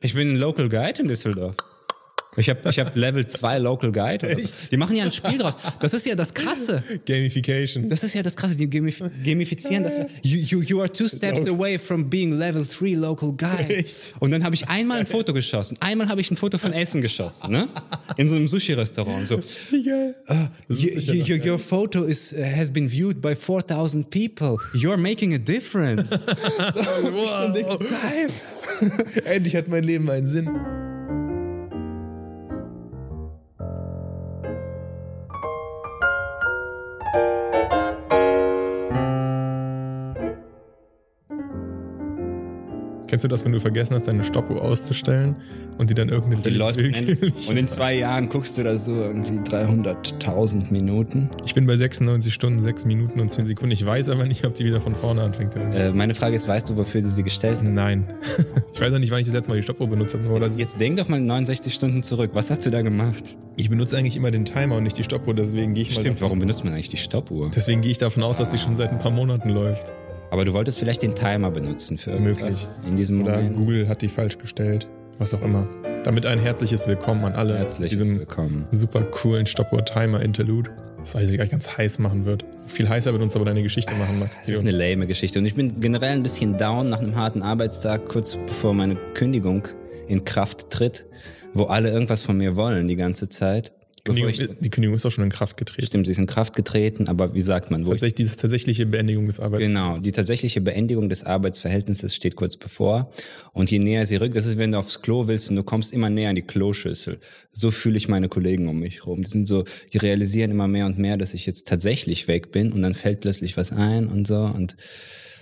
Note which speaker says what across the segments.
Speaker 1: Ich bin ein Local Guide in Düsseldorf. Ich habe ich hab Level 2 Local Guide. Oder so.
Speaker 2: Echt?
Speaker 1: Die machen ja ein Spiel draus. Das ist ja das Krasse.
Speaker 2: Gamification.
Speaker 1: Das ist ja das Krasse, die gamif gamifizieren das. You, you, you are two steps away from being Level 3 Local Guy.
Speaker 2: Echt?
Speaker 1: Und dann habe ich einmal ein Foto geschossen. Einmal habe ich ein Foto von Essen geschossen, ne? In so einem Sushi-Restaurant. So,
Speaker 2: Geil. Das
Speaker 1: you,
Speaker 2: ist sicher
Speaker 1: you, your,
Speaker 2: noch
Speaker 1: your photo is, uh, has been viewed by 4000 people. You're making a difference.
Speaker 2: Wow. Geil. Oh. Endlich hat mein Leben einen Sinn. Kennst du das, wenn du vergessen hast, deine Stoppuhr auszustellen und die dann irgendeine
Speaker 1: Die Leute,
Speaker 2: willkürlich-
Speaker 1: und in zwei Jahren guckst du da so irgendwie 300.000 Minuten.
Speaker 2: Ich bin bei 96 Stunden, 6 Minuten und 10 Sekunden. Ich weiß aber nicht, ob die wieder von vorne anfängt. Oder nicht.
Speaker 1: Äh, meine Frage ist, weißt du, wofür du sie gestellt hast?
Speaker 2: Nein. ich weiß auch nicht, wann ich das letzte Mal die Stoppuhr benutzt habe. Oder
Speaker 1: Jetzt denk doch mal 69 Stunden zurück. Was hast du da gemacht?
Speaker 2: Ich benutze eigentlich immer den Timer und nicht die Stoppuhr, deswegen gehe ich mal
Speaker 1: Stimmt, warum benutzt man eigentlich die Stoppuhr?
Speaker 2: Deswegen gehe ich davon aus, dass die schon seit ein paar Monaten läuft.
Speaker 1: Aber du wolltest vielleicht den Timer benutzen für irgendwas in diesem
Speaker 2: Oder
Speaker 1: Moment.
Speaker 2: Google hat die falsch gestellt. Was auch immer. Damit ein herzliches Willkommen an alle.
Speaker 1: Herzlich
Speaker 2: diesem
Speaker 1: willkommen.
Speaker 2: super coolen Stoppuhr-Timer-Interlude. Das eigentlich gleich ganz heiß machen wird. Viel heißer wird uns aber deine Geschichte machen, Max.
Speaker 1: Das ist eine lame Geschichte. Und ich bin generell ein bisschen down nach einem harten Arbeitstag, kurz bevor meine Kündigung in Kraft tritt, wo alle irgendwas von mir wollen die ganze Zeit.
Speaker 2: die,
Speaker 1: Bevor ich,
Speaker 2: Kündigung, die Kündigung ist doch schon in Kraft getreten.
Speaker 1: stimmt, sie ist in Kraft getreten, aber wie sagt man, wo ich
Speaker 2: Tatsächlich, diese tatsächliche Beendigung des Arbeits.
Speaker 1: Genau, die tatsächliche Beendigung des Arbeitsverhältnisses steht kurz bevor. Und je näher sie rückt, das ist, wenn du aufs Klo willst und du kommst immer näher an die Kloschüssel. So fühle ich meine Kollegen um mich rum. Die sind so, die realisieren immer mehr und mehr, dass ich jetzt tatsächlich weg bin und dann fällt plötzlich was ein und so. Und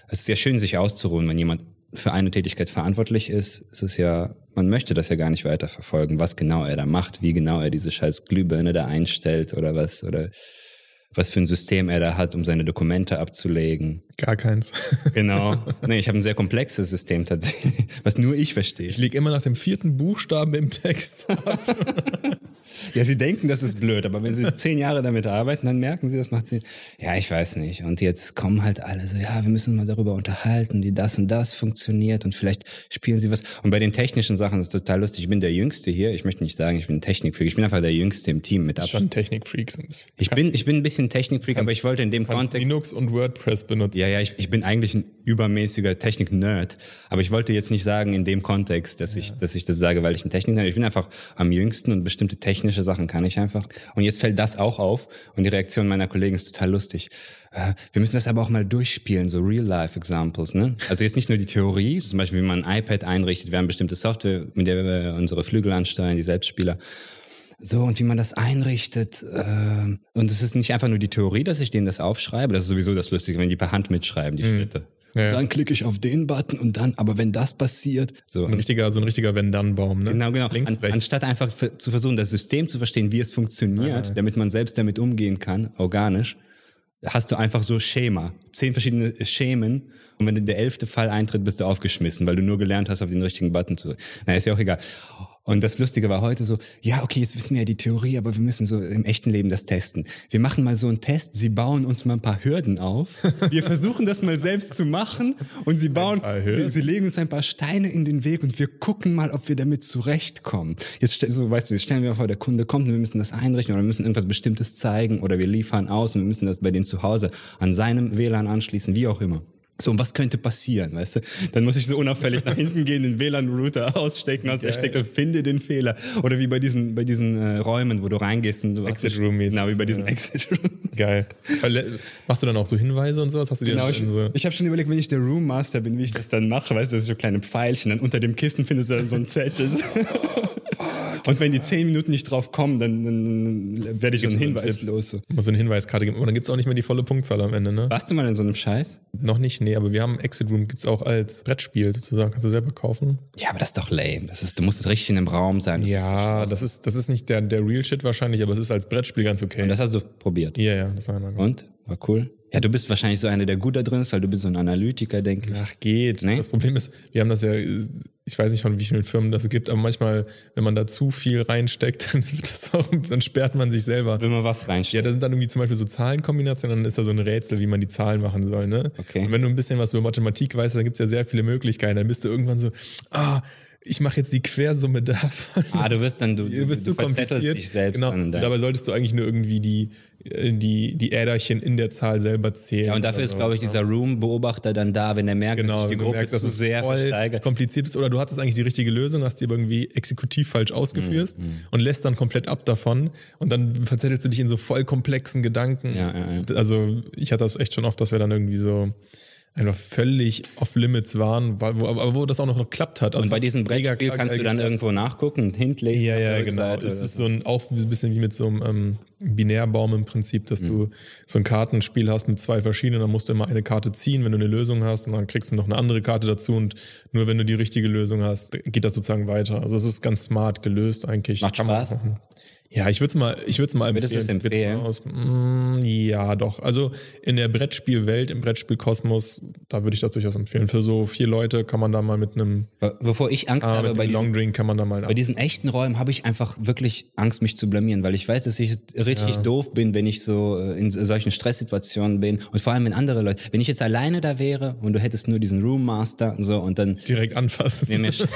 Speaker 1: es ist ja schön, sich auszuruhen, wenn jemand für eine Tätigkeit verantwortlich ist. Es ist ja, man möchte das ja gar nicht weiterverfolgen, was genau er da macht, wie genau er diese scheiß Glühbirne da einstellt oder was, oder was für ein System er da hat, um seine Dokumente abzulegen.
Speaker 2: Gar keins.
Speaker 1: Genau. Nee, ich habe ein sehr komplexes System tatsächlich, was nur ich verstehe.
Speaker 2: Ich lege immer nach dem vierten Buchstaben im Text.
Speaker 1: Ja, sie denken, das ist blöd, aber wenn sie zehn Jahre damit arbeiten, dann merken sie, das macht Sinn. Ja, ich weiß nicht. Und jetzt kommen halt alle so, ja, wir müssen mal darüber unterhalten, wie das und das funktioniert und vielleicht spielen sie was. Und bei den technischen Sachen ist es total lustig. Ich bin der Jüngste hier. Ich möchte nicht sagen, ich bin Technikfreak. Ich bin einfach der Jüngste im Team mit Abstand.
Speaker 2: Schon Technikfreaks ein bisschen.
Speaker 1: Ich bin, ich bin ein bisschen Technikfreak, aber ich wollte in dem
Speaker 2: Kannst
Speaker 1: Kontext.
Speaker 2: Linux und WordPress benutzen.
Speaker 1: Ja, ja, ich, ich bin eigentlich ein übermäßiger Technik-Nerd, aber ich wollte jetzt nicht sagen in dem Kontext, dass ich, dass ich das sage, weil ich ein Technik-Nerd bin. Ich bin einfach am jüngsten und bestimmte technische Sachen kann ich einfach. Und jetzt fällt das auch auf und die Reaktion meiner Kollegen ist total lustig. Äh, Wir müssen das aber auch mal durchspielen, so Real-Life-Examples. Ne? Also jetzt nicht nur die Theorie, zum Beispiel wie man ein iPad einrichtet. Wir haben bestimmte Software, mit der wir unsere Flügel ansteuern, die Selbstspieler. So, und wie man das einrichtet. ähm, und es ist nicht einfach nur die Theorie, dass ich denen das aufschreibe. Das ist sowieso das Lustige, wenn die per Hand mitschreiben, die Schritte.
Speaker 2: Ja.
Speaker 1: Dann klicke ich auf den Button und dann, aber wenn das passiert. So,
Speaker 2: Ein richtiger, so ein richtiger Wenn-Dann-Baum. Ne?
Speaker 1: genau, genau.
Speaker 2: Links,
Speaker 1: An,
Speaker 2: rechts.
Speaker 1: anstatt einfach für, zu versuchen, das System zu verstehen, wie es funktioniert, damit man selbst damit umgehen kann, organisch, hast du einfach so Schema. Zehn verschiedene Schemen. Und wenn der elfte Fall eintritt, bist du aufgeschmissen, weil du nur gelernt hast, auf den richtigen Button zu drücken. Na, ist ja auch egal. Und das Lustige war heute so, ja, okay, jetzt wissen wir ja die Theorie, aber wir müssen so im echten Leben das testen. Wir machen mal so einen Test, sie bauen uns mal ein paar Hürden auf. Wir versuchen das mal selbst zu machen und sie bauen,
Speaker 2: paar
Speaker 1: sie,
Speaker 2: Hürden?
Speaker 1: Äh, sie legen uns ein paar Steine in den Weg und wir gucken mal, ob wir damit zurechtkommen. Jetzt, stell- so, weißt du, jetzt stellen wir vor, der Kunde kommt und wir müssen das einrichten oder wir müssen irgendwas Bestimmtes zeigen oder wir liefern aus und wir müssen das bei dem zu Hause an seinem WLAN anschließen, wie auch immer. So, und was könnte passieren, weißt du? Dann muss ich so unauffällig nach hinten gehen, den WLAN-Router ausstecken aus der
Speaker 2: Geil.
Speaker 1: Steckdose, finde den Fehler. Oder wie bei diesen, bei diesen äh, Räumen, wo du reingehst und du hast-
Speaker 2: Exit-Room-mäßig,
Speaker 1: Genau, wie bei diesen
Speaker 2: ja.
Speaker 1: Exit-Rooms.
Speaker 2: Geil. Verle- Machst du dann auch so Hinweise und sowas? Hast du dir
Speaker 1: Genau,
Speaker 2: das
Speaker 1: ich,
Speaker 2: in so
Speaker 1: ich habe schon überlegt, wenn ich der Room Master bin, wie ich das dann mache. Weißt du, das sind so kleine Pfeilchen. Dann unter dem Kissen findest du dann so einen
Speaker 2: Oh,
Speaker 1: Zettel. Und wenn die zehn Minuten nicht drauf kommen, dann, dann werde ich schon
Speaker 2: einen
Speaker 1: hinweislos. So.
Speaker 2: muss eine Hinweiskarte geben. Und dann gibt's auch nicht mehr die volle Punktzahl am Ende, ne?
Speaker 1: Warst du mal in so einem Scheiß?
Speaker 2: Noch nicht, nee, aber wir haben Exit Room, gibt's auch als Brettspiel sozusagen. Kannst du selber kaufen.
Speaker 1: Ja, aber das ist doch lame. Das ist, du musst jetzt richtig in dem Raum sein. Das muss-
Speaker 2: Ja, das ist, das ist nicht der, der Real Shit wahrscheinlich, aber es ist als Brettspiel ganz okay.
Speaker 1: Und das hast du probiert.
Speaker 2: ja, ja, das war einmal gut.
Speaker 1: Und? War cool? Ja, du bist wahrscheinlich so einer, der gut da drin ist, weil du bist so ein Analytiker, denke ich.
Speaker 2: Ach, geht.
Speaker 1: Nee?
Speaker 2: Das Problem ist, wir haben das ja, ich weiß nicht von wie vielen Firmen das gibt, aber manchmal, wenn man da zu viel reinsteckt, dann, wird das auch, dann sperrt man sich selber.
Speaker 1: Wenn man was reinsteht.
Speaker 2: Ja, da sind dann irgendwie zum Beispiel so Zahlenkombinationen, dann ist da so ein Rätsel, wie man die Zahlen machen soll. Ne?
Speaker 1: Okay.
Speaker 2: Und wenn du ein bisschen was über Mathematik weißt, dann gibt's ja sehr viele Möglichkeiten. Dann bist du irgendwann so, ah, ich mache jetzt die Quersumme davon.
Speaker 1: Ah, du wirst dann, du,
Speaker 2: Du bist
Speaker 1: du
Speaker 2: zu
Speaker 1: verzettelst
Speaker 2: kompliziert.
Speaker 1: dich selbst.
Speaker 2: genau.
Speaker 1: dann in
Speaker 2: Und
Speaker 1: deinem-
Speaker 2: dabei solltest du eigentlich nur irgendwie die, äh, die, die Äderchen in der Zahl selber zählen.
Speaker 1: ja, und dafür
Speaker 2: oder
Speaker 1: ist,
Speaker 2: so.
Speaker 1: glaube ich, dieser Room-Beobachter dann da, wenn er merkt,
Speaker 2: Also, genau,
Speaker 1: dass sich
Speaker 2: wenn
Speaker 1: die
Speaker 2: du
Speaker 1: Gruppe
Speaker 2: merkst, dass
Speaker 1: zu
Speaker 2: es
Speaker 1: sehr
Speaker 2: voll
Speaker 1: versteigert.
Speaker 2: kompliziert ist. Oder du hattest eigentlich die richtige Lösung, hast die aber irgendwie exekutiv falsch
Speaker 1: Mhm,
Speaker 2: ausgeführt und lässt dann komplett ab davon. Und dann verzettelst du dich in so voll komplexen Gedanken.
Speaker 1: Ja, ja,
Speaker 2: Also ich hatte das echt schon oft, dass wir dann irgendwie so einfach völlig off limits waren, weil- wo, aber wo das auch noch geklappt hat. Also
Speaker 1: Und bei diesem
Speaker 2: mega
Speaker 1: Brettspiel
Speaker 2: krank
Speaker 1: kannst du dann
Speaker 2: eigentlich.
Speaker 1: irgendwo nachgucken, hintlegen.
Speaker 2: Ja,
Speaker 1: auf der
Speaker 2: ja, genau.
Speaker 1: Rückseite
Speaker 2: Es
Speaker 1: oder
Speaker 2: ist
Speaker 1: so.
Speaker 2: so ein, auch ein bisschen wie mit so einem ähm, Binärbaum im Prinzip,
Speaker 1: Mhm.
Speaker 2: dass du so ein Kartenspiel hast mit zwei verschiedenen, dann musst du immer eine Karte ziehen, wenn du eine Lösung hast und dann kriegst du noch eine andere Karte dazu und nur wenn du die richtige Lösung hast, geht das sozusagen weiter. Also es ist ganz smart gelöst eigentlich.
Speaker 1: Macht
Speaker 2: Kann man
Speaker 1: Spaß?
Speaker 2: auch machen. Ja, ich würde es mal, ich würde es mal
Speaker 1: Würdest du es
Speaker 2: Ich würd's mal aus, mm, ja, doch. Also in der Brettspielwelt, im Brettspielkosmos, da würde ich das durchaus empfehlen. Für so vier Leute kann man da mal mit einem,
Speaker 1: Be- Bevor ich Angst
Speaker 2: ah,
Speaker 1: habe
Speaker 2: mit
Speaker 1: bei
Speaker 2: einem
Speaker 1: diesem
Speaker 2: Long Drink kann man da mal.
Speaker 1: Bei diesen echten Räumen habe ich einfach wirklich Angst, mich zu blamieren, weil ich weiß, dass ich richtig doof bin, wenn ich so äh, in solchen Stresssituationen bin. Und vor allem, wenn andere Leute, wenn ich jetzt alleine da wäre und du hättest nur diesen Roommaster und so und dann
Speaker 2: direkt anfassen.
Speaker 1: wäre mir, sch-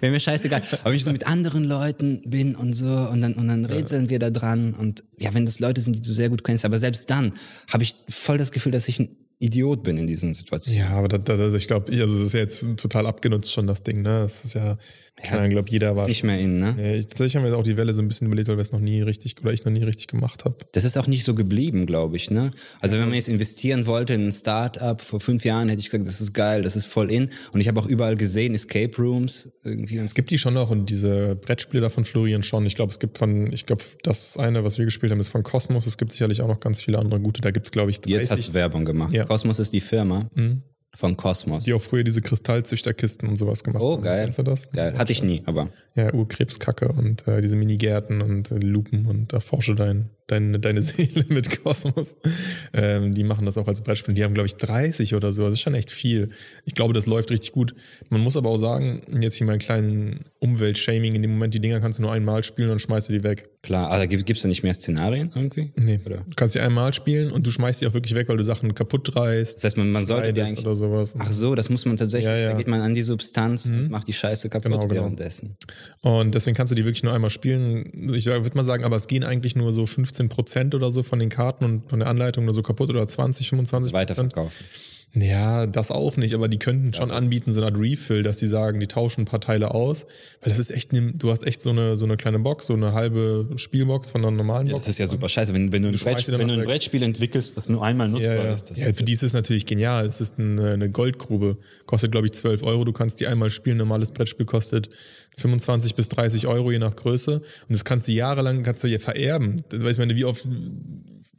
Speaker 1: wär mir scheißegal. Aber wenn ich so mit anderen Leuten bin und so und dann, und dann rätseln wir da dran und ja, wenn das Leute sind, die du sehr gut kennst, aber selbst dann habe ich voll das Gefühl, dass ich ein Idiot bin in diesen Situationen.
Speaker 2: Ja, aber da, da, da, ich glaube, also es ist ja jetzt total abgenutzt schon das Ding, ne? Es ist ja, keine Ahnung, glaube jeder war.
Speaker 1: Nicht mehr in, ne?
Speaker 2: Nee, ich, tatsächlich haben wir jetzt auch die Welle so ein bisschen überlegt, weil wir es noch nie richtig oder ich noch nie richtig gemacht habe.
Speaker 1: Das ist auch nicht so geblieben, glaube ich. Ne? Also wenn man jetzt investieren wollte in ein Startup vor fünf Jahren, hätte ich gesagt, das ist geil, das ist voll in. Und ich habe auch überall gesehen, Escape Rooms irgendwie.
Speaker 2: Es gibt die schon noch und diese Brettspiele davon florieren schon. Ich glaube, es gibt von, ich glaube, das eine, was wir gespielt haben, ist von Cosmos. Es gibt sicherlich auch noch ganz viele andere gute. Da gibt es, glaube ich, 30,
Speaker 1: Jetzt hast du Werbung gemacht.
Speaker 2: Ja. Mhm.
Speaker 1: Cosmos ist die Firma von Cosmos.
Speaker 2: die auch früher diese Kristallzüchterkisten und sowas gemacht
Speaker 1: Oh,
Speaker 2: haben.
Speaker 1: geil.
Speaker 2: Kennst du das?
Speaker 1: Geil. Hatte ich nie, aber
Speaker 2: Ja, Urkrebskacke und äh, diese Minigärten und äh, Lupen und erforsche dein, dein, deine Seele mit Kosmos. Ähm, die machen das auch als Brettspiel. Die haben, glaube ich, 30 oder so. Das ist schon echt viel. Ich glaube, das läuft richtig gut. Man muss aber auch sagen, jetzt hier mal einen kleinen Umweltshaming. In dem Moment, die Dinger kannst du nur einmal spielen und schmeißt du die weg.
Speaker 1: klar. Also gibt es da nicht mehr Szenarien irgendwie?
Speaker 2: Nee, du kannst die einmal spielen und du schmeißt die auch wirklich weg, weil du Sachen kaputt reißt.
Speaker 1: Das heißt, man, man sollte die
Speaker 2: schneidest
Speaker 1: eigentlich...
Speaker 2: oder sowas.
Speaker 1: Ach so, das muss man tatsächlich.
Speaker 2: Ja, ja.
Speaker 1: Da geht man an die Substanz und macht die Scheiße kaputt
Speaker 2: Genau, genau.
Speaker 1: währenddessen. Also
Speaker 2: Und deswegen kannst du die wirklich nur einmal spielen. Ich würde mal sagen, aber es gehen eigentlich nur so 15 Prozent oder so von den Karten und von der Anleitung nur so kaputt oder 20, 25 Prozent.
Speaker 1: Weiterverkaufen.
Speaker 2: Ja, das auch nicht, aber die könnten schon anbieten, so eine Art Refill, dass sie sagen, die tauschen ein paar Teile aus. Weil das ist echt, ne- du hast echt so eine, so eine kleine Box, so eine halbe Spielbox von einer normalen Box.
Speaker 1: Das ist ja super scheiße. Wenn, wenn, du, ein
Speaker 2: schmeißt
Speaker 1: Brettspiel-
Speaker 2: die dann
Speaker 1: wenn du ein
Speaker 2: weg.
Speaker 1: Brettspiel entwickelst, was nur einmal nutzbar
Speaker 2: Ja, ja.
Speaker 1: ist, das
Speaker 2: ja, für die ist es natürlich genial. Es ist eine, eine Goldgrube. Kostet, glaube ich, 12 Euro. Du kannst die einmal spielen. Normales Brettspiel kostet 25 bis 30 Euro, je nach Größe. Und das kannst du jahrelang kannst du ja vererben. Weil ich meine, wie oft,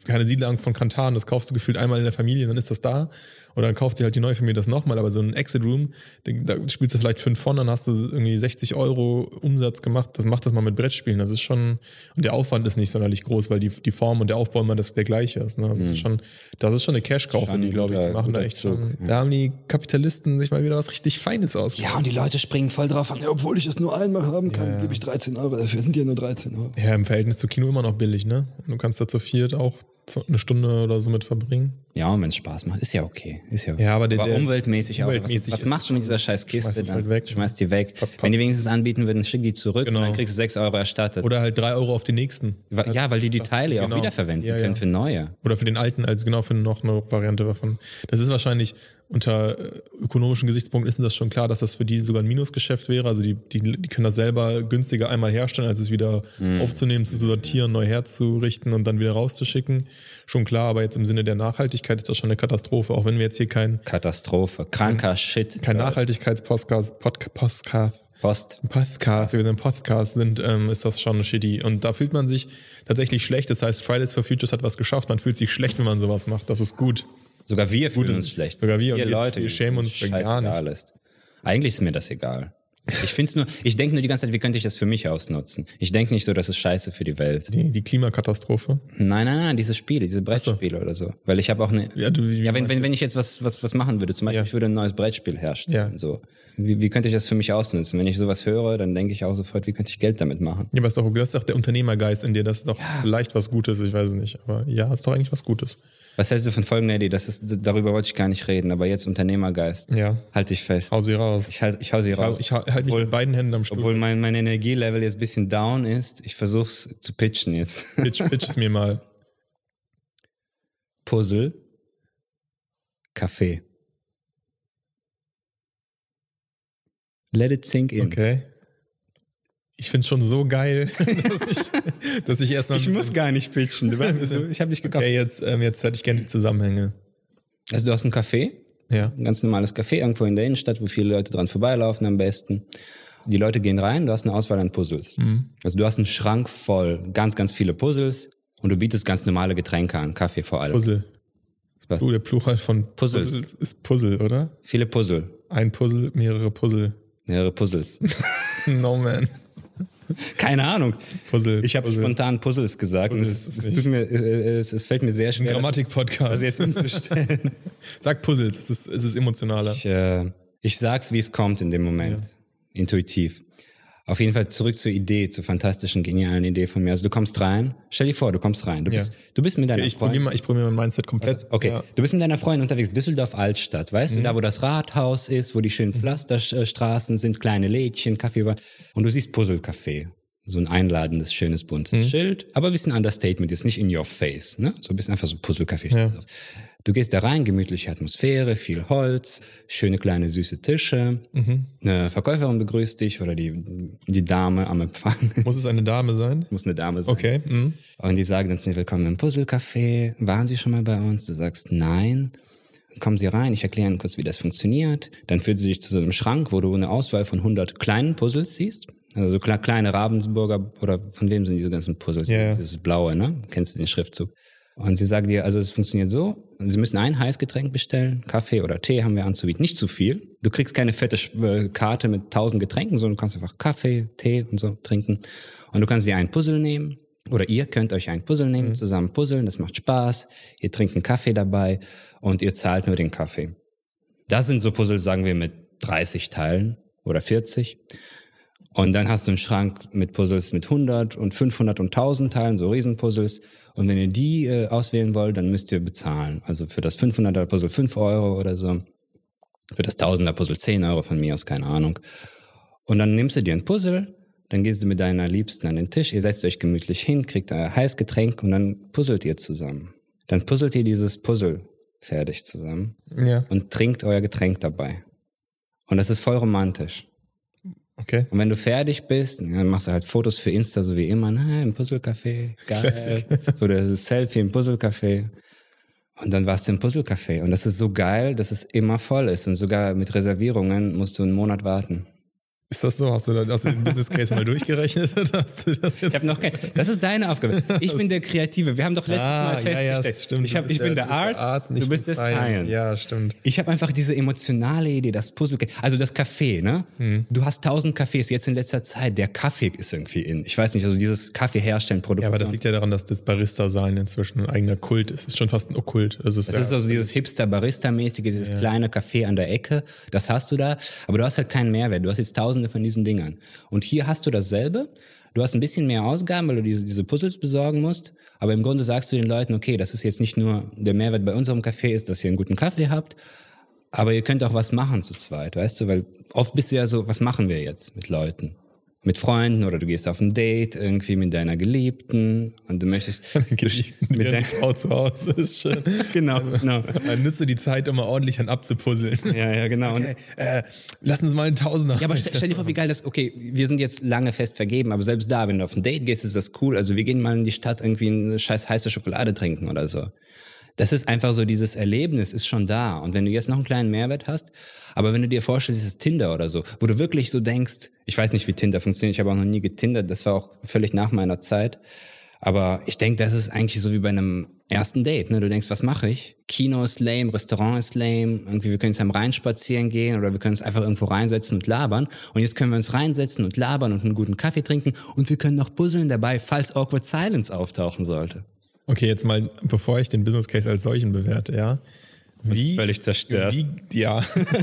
Speaker 2: keine Siedlerangst von Kantan, das kaufst du gefühlt einmal in der Familie, dann ist das da. Oder dann kauft sich halt die neue Familie das nochmal. Aber so ein Exit Room, den- da spielst du vielleicht fünf von, dann hast du irgendwie 60 Euro Umsatz gemacht. Das macht das mal mit Brettspielen. Das ist schon, und der Aufwand ist nicht sonderlich groß, weil die, die Form und der Aufbau immer das, der gleiche ist. Ne? Das, ist schon, das ist schon eine Cash-Kauf,
Speaker 1: Mhm. Schon
Speaker 2: die,
Speaker 1: ein
Speaker 2: glaube ich, die
Speaker 1: guter-
Speaker 2: machen da
Speaker 1: guter
Speaker 2: echt
Speaker 1: Zug,
Speaker 2: schon. Da haben die Kapitalisten sich mal wieder was richtig Feines ausgedacht.
Speaker 1: Ja, und die Leute springen voll drauf an. Ja, obwohl ich es nur einmal haben kann, gebe ich 13 Euro. Dafür sind ja nur 13 Euro.
Speaker 2: Ja. im Verhältnis zu Kino immer noch billig, ne? Und du kannst da zu viert auch so eine Stunde oder so mit verbringen.
Speaker 1: Ja, und wenn es Spaß macht, ist ja okay. Ist ja, okay.
Speaker 2: Ja, aber der- der-
Speaker 1: umweltmäßig auch.
Speaker 2: umweltmäßig
Speaker 1: was was
Speaker 2: ist-
Speaker 1: machst du mit dieser scheiß Kiste?
Speaker 2: schmeißt es
Speaker 1: dann?
Speaker 2: halt weg.
Speaker 1: Schmeißt die weg.
Speaker 2: Papp, papp.
Speaker 1: Wenn die wenigstens anbieten würden, schick die zurück
Speaker 2: Genau.
Speaker 1: und dann kriegst du 6 Euro erstattet.
Speaker 2: Oder halt drei Euro auf den nächsten.
Speaker 1: Wa- ja, weil die die Teile ja auch
Speaker 2: genau.
Speaker 1: wiederverwenden
Speaker 2: Ja, ja.
Speaker 1: können für neue.
Speaker 2: Oder für den alten, als genau für noch eine Variante davon. Das ist wahrscheinlich unter äh, ökonomischen Gesichtspunkten ist das schon klar, dass das für die sogar ein Minusgeschäft wäre. Also die, die, die können das selber günstiger einmal herstellen, als es wieder aufzunehmen, zu sortieren, neu herzurichten und dann wieder rauszuschicken. Schon klar, aber jetzt im Sinne der Nachhaltigkeit ist das schon eine Katastrophe, auch wenn wir jetzt hier kein,
Speaker 1: Katastrophe. Kranker Shit.
Speaker 2: Mhm. kein Nachhaltigkeits-Podcast, Podca- Podcast,
Speaker 1: Post.
Speaker 2: Podcast, wir sind Podcast sind, ähm, ist das schon shitty. Und da fühlt man sich tatsächlich schlecht. Das heißt, Fridays for Futures hat was geschafft. Man fühlt sich schschlecht, wenn man sowas macht. Das ist gut.
Speaker 1: Sogar wir fühlen
Speaker 2: das-
Speaker 1: uns schlecht.
Speaker 2: sogar wir und wir-
Speaker 1: Leute,
Speaker 2: wir schämen uns für gar
Speaker 1: scheißegal Ist. Eigentlich ist mir das egal. Ich find's nur, ich denke nur die ganze Zeit, wie könnte ich das für mich ausnutzen? Ich denke nicht so, das ist scheiße für die Welt.
Speaker 2: Die, die Klimakatastrophe.
Speaker 1: Nein, nein, nein, diese Spiele, diese Brettspiele oder so. Weil ich habe auch
Speaker 3: Ne,
Speaker 1: eine.
Speaker 2: Ja, du- wie- wie
Speaker 1: ja wenn,
Speaker 2: meinst
Speaker 1: wenn, wenn ich jetzt was, was, was machen würde, zum Beispiel,
Speaker 2: Ja.
Speaker 1: ich würde ein neues Brettspiel herstellen.
Speaker 2: Ja.
Speaker 1: So. Wie, wie könnte ich das für mich ausnutzen? Wenn ich sowas höre, dann denke ich auch sofort, wie könnte ich Geld damit machen?
Speaker 2: Ja, aber ist doch, das ist doch der Unternehmergeist in dir. Das ist doch vielleicht was Gutes. Ich weiß es nicht. Aber ja, ist doch eigentlich was Gutes.
Speaker 3: Was hältst du von folgender Idee? Das ist, darüber wollte ich gar nicht reden, aber jetzt Unternehmergeist.
Speaker 2: Ja.
Speaker 3: Halte ich fest.
Speaker 2: Hau sie raus.
Speaker 3: Ich, halt, ich hau sie
Speaker 2: Ich,
Speaker 3: raus.
Speaker 2: hau- ich hau- halt mich mit beiden Händen am Stuhl.
Speaker 3: Obwohl mein, mein Energielevel jetzt ein bisschen down ist, ich versuch's zu pitchen jetzt.
Speaker 2: Pitch, pitch es mir mal.
Speaker 3: Puzzle, Kaffee. Let it sink in.
Speaker 2: Okay. Ich find's schon so geil, dass ich, dass ich erstmal. ein
Speaker 3: Ich
Speaker 2: bisschen-
Speaker 3: muss gar nicht pitchen. Du, du, ich habe dich gekauft.
Speaker 2: Okay, jetzt, ähm, jetzt hätte ich gerne die Zusammenhänge.
Speaker 3: Also du hast einen Kaffee,
Speaker 2: Ja.
Speaker 3: ein ganz normales Café irgendwo in der Innenstadt, wo viele Leute dran vorbeilaufen am besten. Also Die Leute gehen rein, du hast eine Auswahl an Puzzles.
Speaker 2: Mhm.
Speaker 3: Also du hast einen Schrank voll, ganz, ganz viele Puzzles und du bietest ganz normale Getränke an, Kaffee vor allem.
Speaker 2: Puzzle.
Speaker 3: Was?
Speaker 2: Du, der Plural von
Speaker 3: Puzzles.
Speaker 2: ist Puzzle, oder?
Speaker 3: Viele Puzzle,
Speaker 2: Ein Puzzle, mehrere Puzzle.
Speaker 3: mehrere Puzzles.
Speaker 2: No man.
Speaker 3: Keine Ahnung.
Speaker 2: Puzzle.
Speaker 3: Ich habe
Speaker 2: Puzzle.
Speaker 3: spontan Puzzles gesagt. und
Speaker 2: Puzzles
Speaker 3: es,
Speaker 2: ist
Speaker 3: es,
Speaker 2: nicht-
Speaker 3: tut mir, äh, es, es fällt mir sehr schwer, das das jetzt
Speaker 2: Grammatik-Podcast.
Speaker 3: umzustellen.
Speaker 2: Sag Puzzles, es ist, es ist emotionaler.
Speaker 3: Ich, äh, ich sag's, wie es kommt in dem Moment. Intuitiv. Auf jeden Fall zurück zur Idee, zur fantastischen, genialen Idee von mir. Also du kommst rein, stell dir vor, du kommst rein. Du,
Speaker 2: Ja.
Speaker 3: bist, du bist mit deiner
Speaker 2: Ich probiere
Speaker 3: Freundin.
Speaker 2: mal, ich probier mein Mindset komplett.
Speaker 3: Also, Okay,
Speaker 2: Ja.
Speaker 3: du bist mit deiner Freundin unterwegs, Düsseldorf-Altstadt, weißt du, da wo das Rathaus ist, wo die schönen Pflasterstraßen sind, kleine Lädchen, Kaffee. Und du siehst Puzzle-Café. So ein einladendes, schönes, buntes Schild, aber ein bisschen Understatement, jetzt nicht in your face, ne? So ein bisschen einfach so Puzzle-Café. steht drauf. Du gehst da rein, gemütliche Atmosphäre, viel Holz, schöne kleine süße Tische. Eine Verkäuferin begrüßt dich oder die, die Dame am Empfang.
Speaker 2: Muss es eine Dame sein?
Speaker 3: Muss eine Dame sein.
Speaker 2: Okay. Mhm.
Speaker 3: Und die sagen dann zu mir, willkommen im Puzzlecafé. Waren Sie schon mal bei uns? Du sagst, nein. Kommen Sie rein, ich erkläre Ihnen kurz, wie das funktioniert. Dann führt sie dich zu so einem Schrank, wo du eine Auswahl von 100 kleinen Puzzles siehst. Also so kle- kleine Ravensburger, oder von wem sind diese ganzen Puzzles?
Speaker 2: Ja, ja.
Speaker 3: Dieses blaue, ne? Kennst du den Schriftzug? Und sie sagen dir, also es funktioniert so, Sie müssen ein Heißgetränk bestellen, Kaffee oder Tee haben wir anzubieten, nicht zu viel. Du kriegst keine fette Sch- äh, Karte mit tausend Getränken, sondern du kannst einfach Kaffee, Tee und so trinken. Und du kannst dir ein Puzzle nehmen oder ihr könnt euch ein Puzzle nehmen, zusammen puzzeln, das macht Spaß. Ihr trinkt einen Kaffee dabei und ihr zahlt nur den Kaffee. Das sind so Puzzle, sagen wir, mit 30 Teilen oder 40. Und dann hast du einen Schrank mit Puzzles mit 100 und 500 und 1000 Teilen, so Riesenpuzzles. Und wenn ihr die äh, auswählen wollt, dann müsst ihr bezahlen. Also für das 500er Puzzle 5 Euro oder so. Für das 1000er Puzzle 10 Euro von mir aus, keine Ahnung. Und dann nimmst du dir ein Puzzle, dann gehst du mit deiner Liebsten an den Tisch, ihr setzt euch gemütlich hin, kriegt euer heißes Getränk und dann puzzelt ihr zusammen. Dann puzzelt ihr dieses Puzzle fertig zusammen
Speaker 2: Ja.
Speaker 3: und trinkt euer Getränk dabei. Und das ist voll romantisch.
Speaker 2: Okay.
Speaker 3: Und wenn du fertig bist, ja, dann machst du halt Fotos für Insta, so wie immer, ne, im Puzzlecafé, geil. so das Selfie im Puzzlecafé. Und dann warst du im Puzzlecafé. Und das ist so geil, dass es immer voll ist. Und sogar mit Reservierungen musst du einen Monat warten.
Speaker 2: Ist das so? Hast du, da, hast du den Business Case mal durchgerechnet? Oder hast du das jetzt?
Speaker 3: Ich habe noch kein. Das ist deine Aufgabe. Ich bin der Kreative. Wir haben doch letztes
Speaker 2: Ah,
Speaker 3: Mal festgestellt. ich, hab,
Speaker 2: Du bist
Speaker 3: ich bin der,
Speaker 2: du bist
Speaker 3: Arts,
Speaker 2: und ich
Speaker 3: du bist
Speaker 2: bin
Speaker 3: der Science.
Speaker 2: Ja, stimmt.
Speaker 3: Ich habe einfach diese emotionale Idee, das Puzzle, also das Café, ne?
Speaker 2: Mhm.
Speaker 3: Du hast tausend Cafés jetzt in letzter Zeit. Der Kaffee ist irgendwie in. Ich weiß nicht, also dieses Kaffee herstellen,
Speaker 2: Ja,
Speaker 3: Produktion.
Speaker 2: aber das liegt ja daran, dass das Barista-Sein inzwischen ein eigener Kult ist. Ist schon fast ein Okkult. Also es ist,
Speaker 3: Das ist
Speaker 2: ja,
Speaker 3: also dieses Hipster-Barista-mäßige, dieses kleine Café an der Ecke. Das hast du da. Aber du hast halt keinen Mehrwert. Du hast jetzt tausende von diesen Dingern. Und hier hast du dasselbe. Du hast ein bisschen mehr Ausgaben, weil du diese, diese Puzzles besorgen musst. Aber im Grunde sagst du den Leuten, okay, das ist jetzt nicht nur der Mehrwert bei unserem Café ist, dass ihr einen guten Kaffee habt. Aber ihr könnt auch was machen zu zweit, weißt du? Weil oft bist du ja so, was machen wir jetzt mit Leuten? Mit Freunden oder du gehst auf ein Date irgendwie mit deiner Geliebten und du möchtest
Speaker 2: mit
Speaker 3: mit
Speaker 2: der
Speaker 3: dein,
Speaker 2: Frau zu Hause ist schön.
Speaker 3: genau, genau.
Speaker 2: Man nütze die Zeit, um mal ordentlich an abzupuzzeln.
Speaker 3: Ja, ja, genau. Und,
Speaker 2: Äh, lass uns mal einen Tausender.
Speaker 3: Ja, aber stell, stell dir vor, wie geil das, okay, wir sind jetzt lange fest vergeben, aber selbst da, wenn du auf ein Date gehst, ist das cool. Also wir gehen mal in die Stadt irgendwie eine scheiß heiße Schokolade trinken oder so. Das ist einfach so, dieses Erlebnis ist schon da. Und wenn du jetzt noch einen kleinen Mehrwert hast, aber wenn du dir vorstellst, es ist Tinder oder so, wo du wirklich so denkst, ich weiß nicht, wie Tinder funktioniert, ich habe auch noch nie getindert, das war auch völlig nach meiner Zeit. Aber ich denke, das ist eigentlich so wie bei einem ersten Date. Ne? Du denkst, was mache ich? Kino ist lame, Restaurant ist lame, irgendwie wir können jetzt am Rhein spazieren gehen oder wir können uns einfach irgendwo reinsetzen und labern. Und jetzt können wir uns reinsetzen und labern und einen guten Kaffee trinken und wir können noch puzzeln dabei, falls Awkward Silence auftauchen sollte.
Speaker 2: Okay, jetzt mal, bevor ich den Business Case als solchen bewerte, ja. Wie,
Speaker 3: völlig zerstört.
Speaker 2: Wie, ja.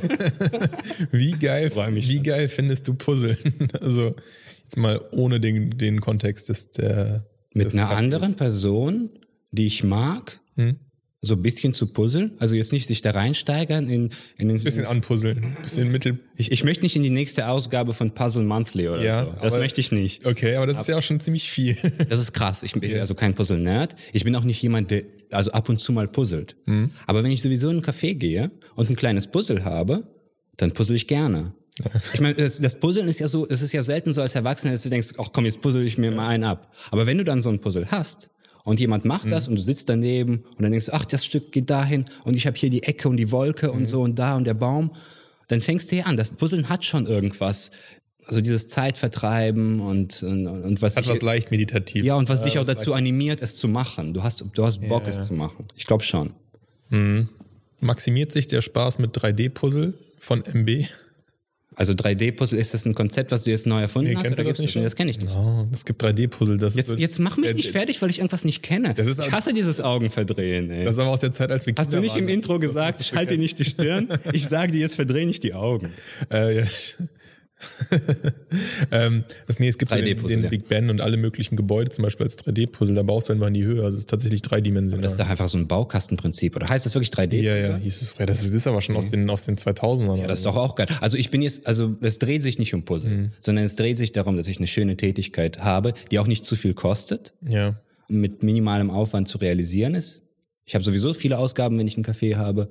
Speaker 2: wie geil,
Speaker 3: freu mich
Speaker 2: wie
Speaker 3: schon.
Speaker 2: geil findest du Puzzeln? Also, jetzt mal ohne den, den Kontext des, der.
Speaker 3: Mit
Speaker 2: des
Speaker 3: einer
Speaker 2: Kaffees. Hm.
Speaker 3: anderen Person, die ich mag, so ein bisschen zu puzzeln. Also jetzt nicht sich da reinsteigern in, in den.
Speaker 2: Bisschen anpuzzeln, bisschen mittel.
Speaker 3: Ich, ich möchte nicht in die nächste Ausgabe von Puzzle Monthly oder
Speaker 2: Ja,
Speaker 3: so. Das
Speaker 2: aber-
Speaker 3: möchte ich nicht.
Speaker 2: Okay, aber das ist ja auch schon ziemlich viel.
Speaker 3: Das ist krass. Ich bin also kein Puzzle-Nerd. Ich bin auch nicht jemand, der also ab und zu mal puzzelt.
Speaker 2: Mhm.
Speaker 3: Aber wenn ich sowieso in einen Café gehe und ein kleines Puzzle habe, dann puzzle ich gerne. Ich meine, das, das Puzzeln ist ja so, es ist ja selten so als Erwachsener, dass du denkst, ach komm, jetzt puzzle ich mir mal einen ab. Aber wenn du dann so ein Puzzle hast und jemand macht
Speaker 2: Mhm.
Speaker 3: das und du sitzt daneben und dann denkst du, ach, das Stück geht dahin und ich habe hier die Ecke und die Wolke und so Also und da und der Baum, dann fängst du hier an. Das Puzzeln hat schon irgendwas. Also dieses Zeitvertreiben und, und, und was
Speaker 2: Hat
Speaker 3: ich-
Speaker 2: was leicht meditativ.
Speaker 3: ja, und was dich auch dazu animiert, es zu machen. Du hast, du hast Bock, es zu machen. Ich glaube schon.
Speaker 2: Maximiert sich der Spaß mit 3D-Puzzle von MB?
Speaker 3: Also 3D-Puzzle, ist das ein Konzept, was du jetzt neu erfunden
Speaker 2: Nee,
Speaker 3: hast?
Speaker 2: kennst du
Speaker 3: oder
Speaker 2: das
Speaker 3: gibt's
Speaker 2: nicht
Speaker 3: Nee,
Speaker 2: schon?
Speaker 3: Das kenne ich nicht.
Speaker 2: Oh, es gibt 3D-Puzzle. Das,
Speaker 3: Jetzt,
Speaker 2: ist-
Speaker 3: jetzt mach mich
Speaker 2: äh,
Speaker 3: nicht fertig, weil ich irgendwas nicht kenne.
Speaker 2: ist
Speaker 3: ich
Speaker 2: aber-
Speaker 3: hasse dieses Augenverdrehen, ey.
Speaker 2: Das ist aber aus der Zeit, als wir
Speaker 3: hast du
Speaker 2: Kinder
Speaker 3: nicht im
Speaker 2: waren.
Speaker 3: Intro gesagt, ich halte dir nicht die Stirn? Ich sage dir, jetzt verdreh nicht die Augen.
Speaker 2: Äh, ja. ähm, das, nee, es gibt ja den,
Speaker 3: 3D-Puzzle,
Speaker 2: den
Speaker 3: ja.
Speaker 2: Big Ben und alle möglichen Gebäude zum Beispiel als 3D-Puzzle. Da baust du einfach in die Höhe. Also es ist tatsächlich dreidimensional.
Speaker 3: Das ist doch einfach so ein Baukastenprinzip. Oder heißt das wirklich 3D?
Speaker 2: ja, ja, hieß es früher. Das ist aber schon aus den, aus den 2000ern.
Speaker 3: Mhm. Ja, das ist doch auch geil. Also ich bin jetzt, also es dreht sich nicht um Puzzle,
Speaker 2: Mhm.
Speaker 3: sondern es dreht sich darum, dass ich eine schöne Tätigkeit habe, die auch nicht zu viel kostet.
Speaker 2: ja.
Speaker 3: mit minimalem Aufwand zu realisieren ist. Ich habe sowieso viele Ausgaben, wenn ich einen Kaffee habe.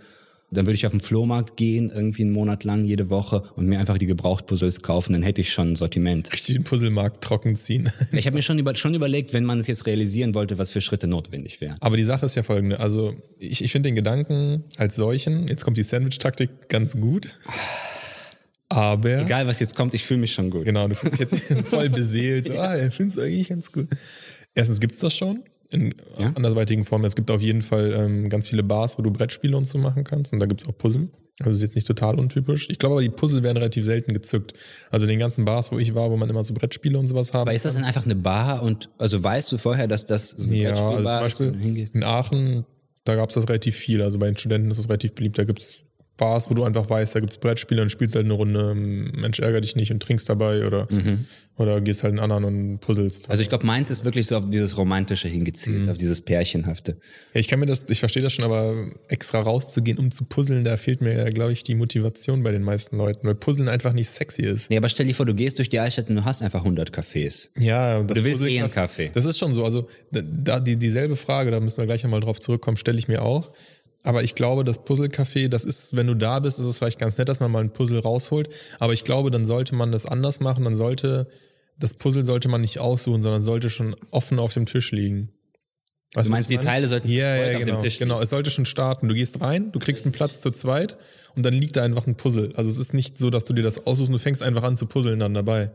Speaker 3: Dann würde ich auf den Flohmarkt gehen, irgendwie einen Monat lang, jede Woche und mir einfach die Gebrauchtpuzzles kaufen, dann hätte ich schon ein Sortiment.
Speaker 2: Richtig den Puzzlemarkt trocken ziehen.
Speaker 3: Ich habe mir schon, über, schon überlegt, wenn man es jetzt realisieren wollte, was für Schritte notwendig wären.
Speaker 2: Aber die Sache ist ja folgende. Also ich, ich finde den Gedanken als solchen, jetzt kommt die Sandwich-Taktik ganz gut. Aber
Speaker 3: Egal, was jetzt kommt, ich fühle mich schon gut.
Speaker 2: Genau, du fühlst dich jetzt voll beseelt. So, Ah, ich finde es eigentlich ganz cool. Erstens gibt es das schon in
Speaker 3: Ja.
Speaker 2: anderweitigen Formen. Es gibt auf jeden Fall ähm, ganz viele Bars, wo du Brettspiele und so machen kannst. Und da gibt es auch Puzzle. Also ist jetzt nicht total untypisch. Ich glaube aber, die Puzzle werden relativ selten gezückt. Also in den ganzen Bars, wo ich war, wo man immer so Brettspiele und sowas haben.
Speaker 3: Aber ist das dann einfach eine Bar und also weißt du vorher, dass das so eine
Speaker 2: ja, also zum
Speaker 3: Brettspielbar ist, wo
Speaker 2: Beispiel
Speaker 3: du hingehst?
Speaker 2: in Aachen, da gab es das relativ viel. Also bei den Studenten ist das relativ beliebt. Da gibt es Bars, wo du einfach weißt, da gibt es Brettspiele und spielst halt eine Runde, Mensch, ärger dich nicht und trinkst dabei oder,
Speaker 3: Mhm.
Speaker 2: oder gehst halt einen anderen und puzzelst.
Speaker 3: Also ich glaube, meins ist wirklich so auf dieses Romantische hingezielt,
Speaker 2: Mhm.
Speaker 3: auf dieses Pärchenhafte.
Speaker 2: Ja, ich kann mir das, ich verstehe das schon, aber extra rauszugehen, um zu puzzeln, da fehlt mir, glaube ich, die Motivation bei den meisten Leuten, weil Puzzeln einfach nicht sexy ist.
Speaker 3: Nee, aber stell dir vor, du gehst durch die Altstadt und du hast einfach 100 Cafés.
Speaker 2: Ja, das
Speaker 3: Du willst
Speaker 2: Puzzeln-
Speaker 3: eh einen Kaffee.
Speaker 2: Das ist schon so. Also da- da, die, dieselbe Frage, da müssen wir gleich nochmal drauf zurückkommen, stelle ich mir auch. Aber ich glaube, das Puzzle-Café, das ist, wenn du da bist, ist es vielleicht ganz nett, dass man mal ein Puzzle rausholt. Aber ich glaube, dann sollte man das anders machen. Dann sollte, das Puzzle sollte man nicht aussuchen, sondern sollte schon offen auf dem Tisch liegen. Weißt
Speaker 3: Du meinst,
Speaker 2: was ich
Speaker 3: die
Speaker 2: meine?
Speaker 3: Teile sollten
Speaker 2: ja,
Speaker 3: verstreut
Speaker 2: ja,
Speaker 3: auf dem
Speaker 2: genau,
Speaker 3: Tisch liegen.
Speaker 2: Genau, es sollte schon starten. Du gehst rein, du kriegst einen Platz zu zweit und dann liegt da einfach ein Puzzle. Also es ist nicht so, dass du dir das aussuchst und du fängst einfach an zu puzzeln dann dabei.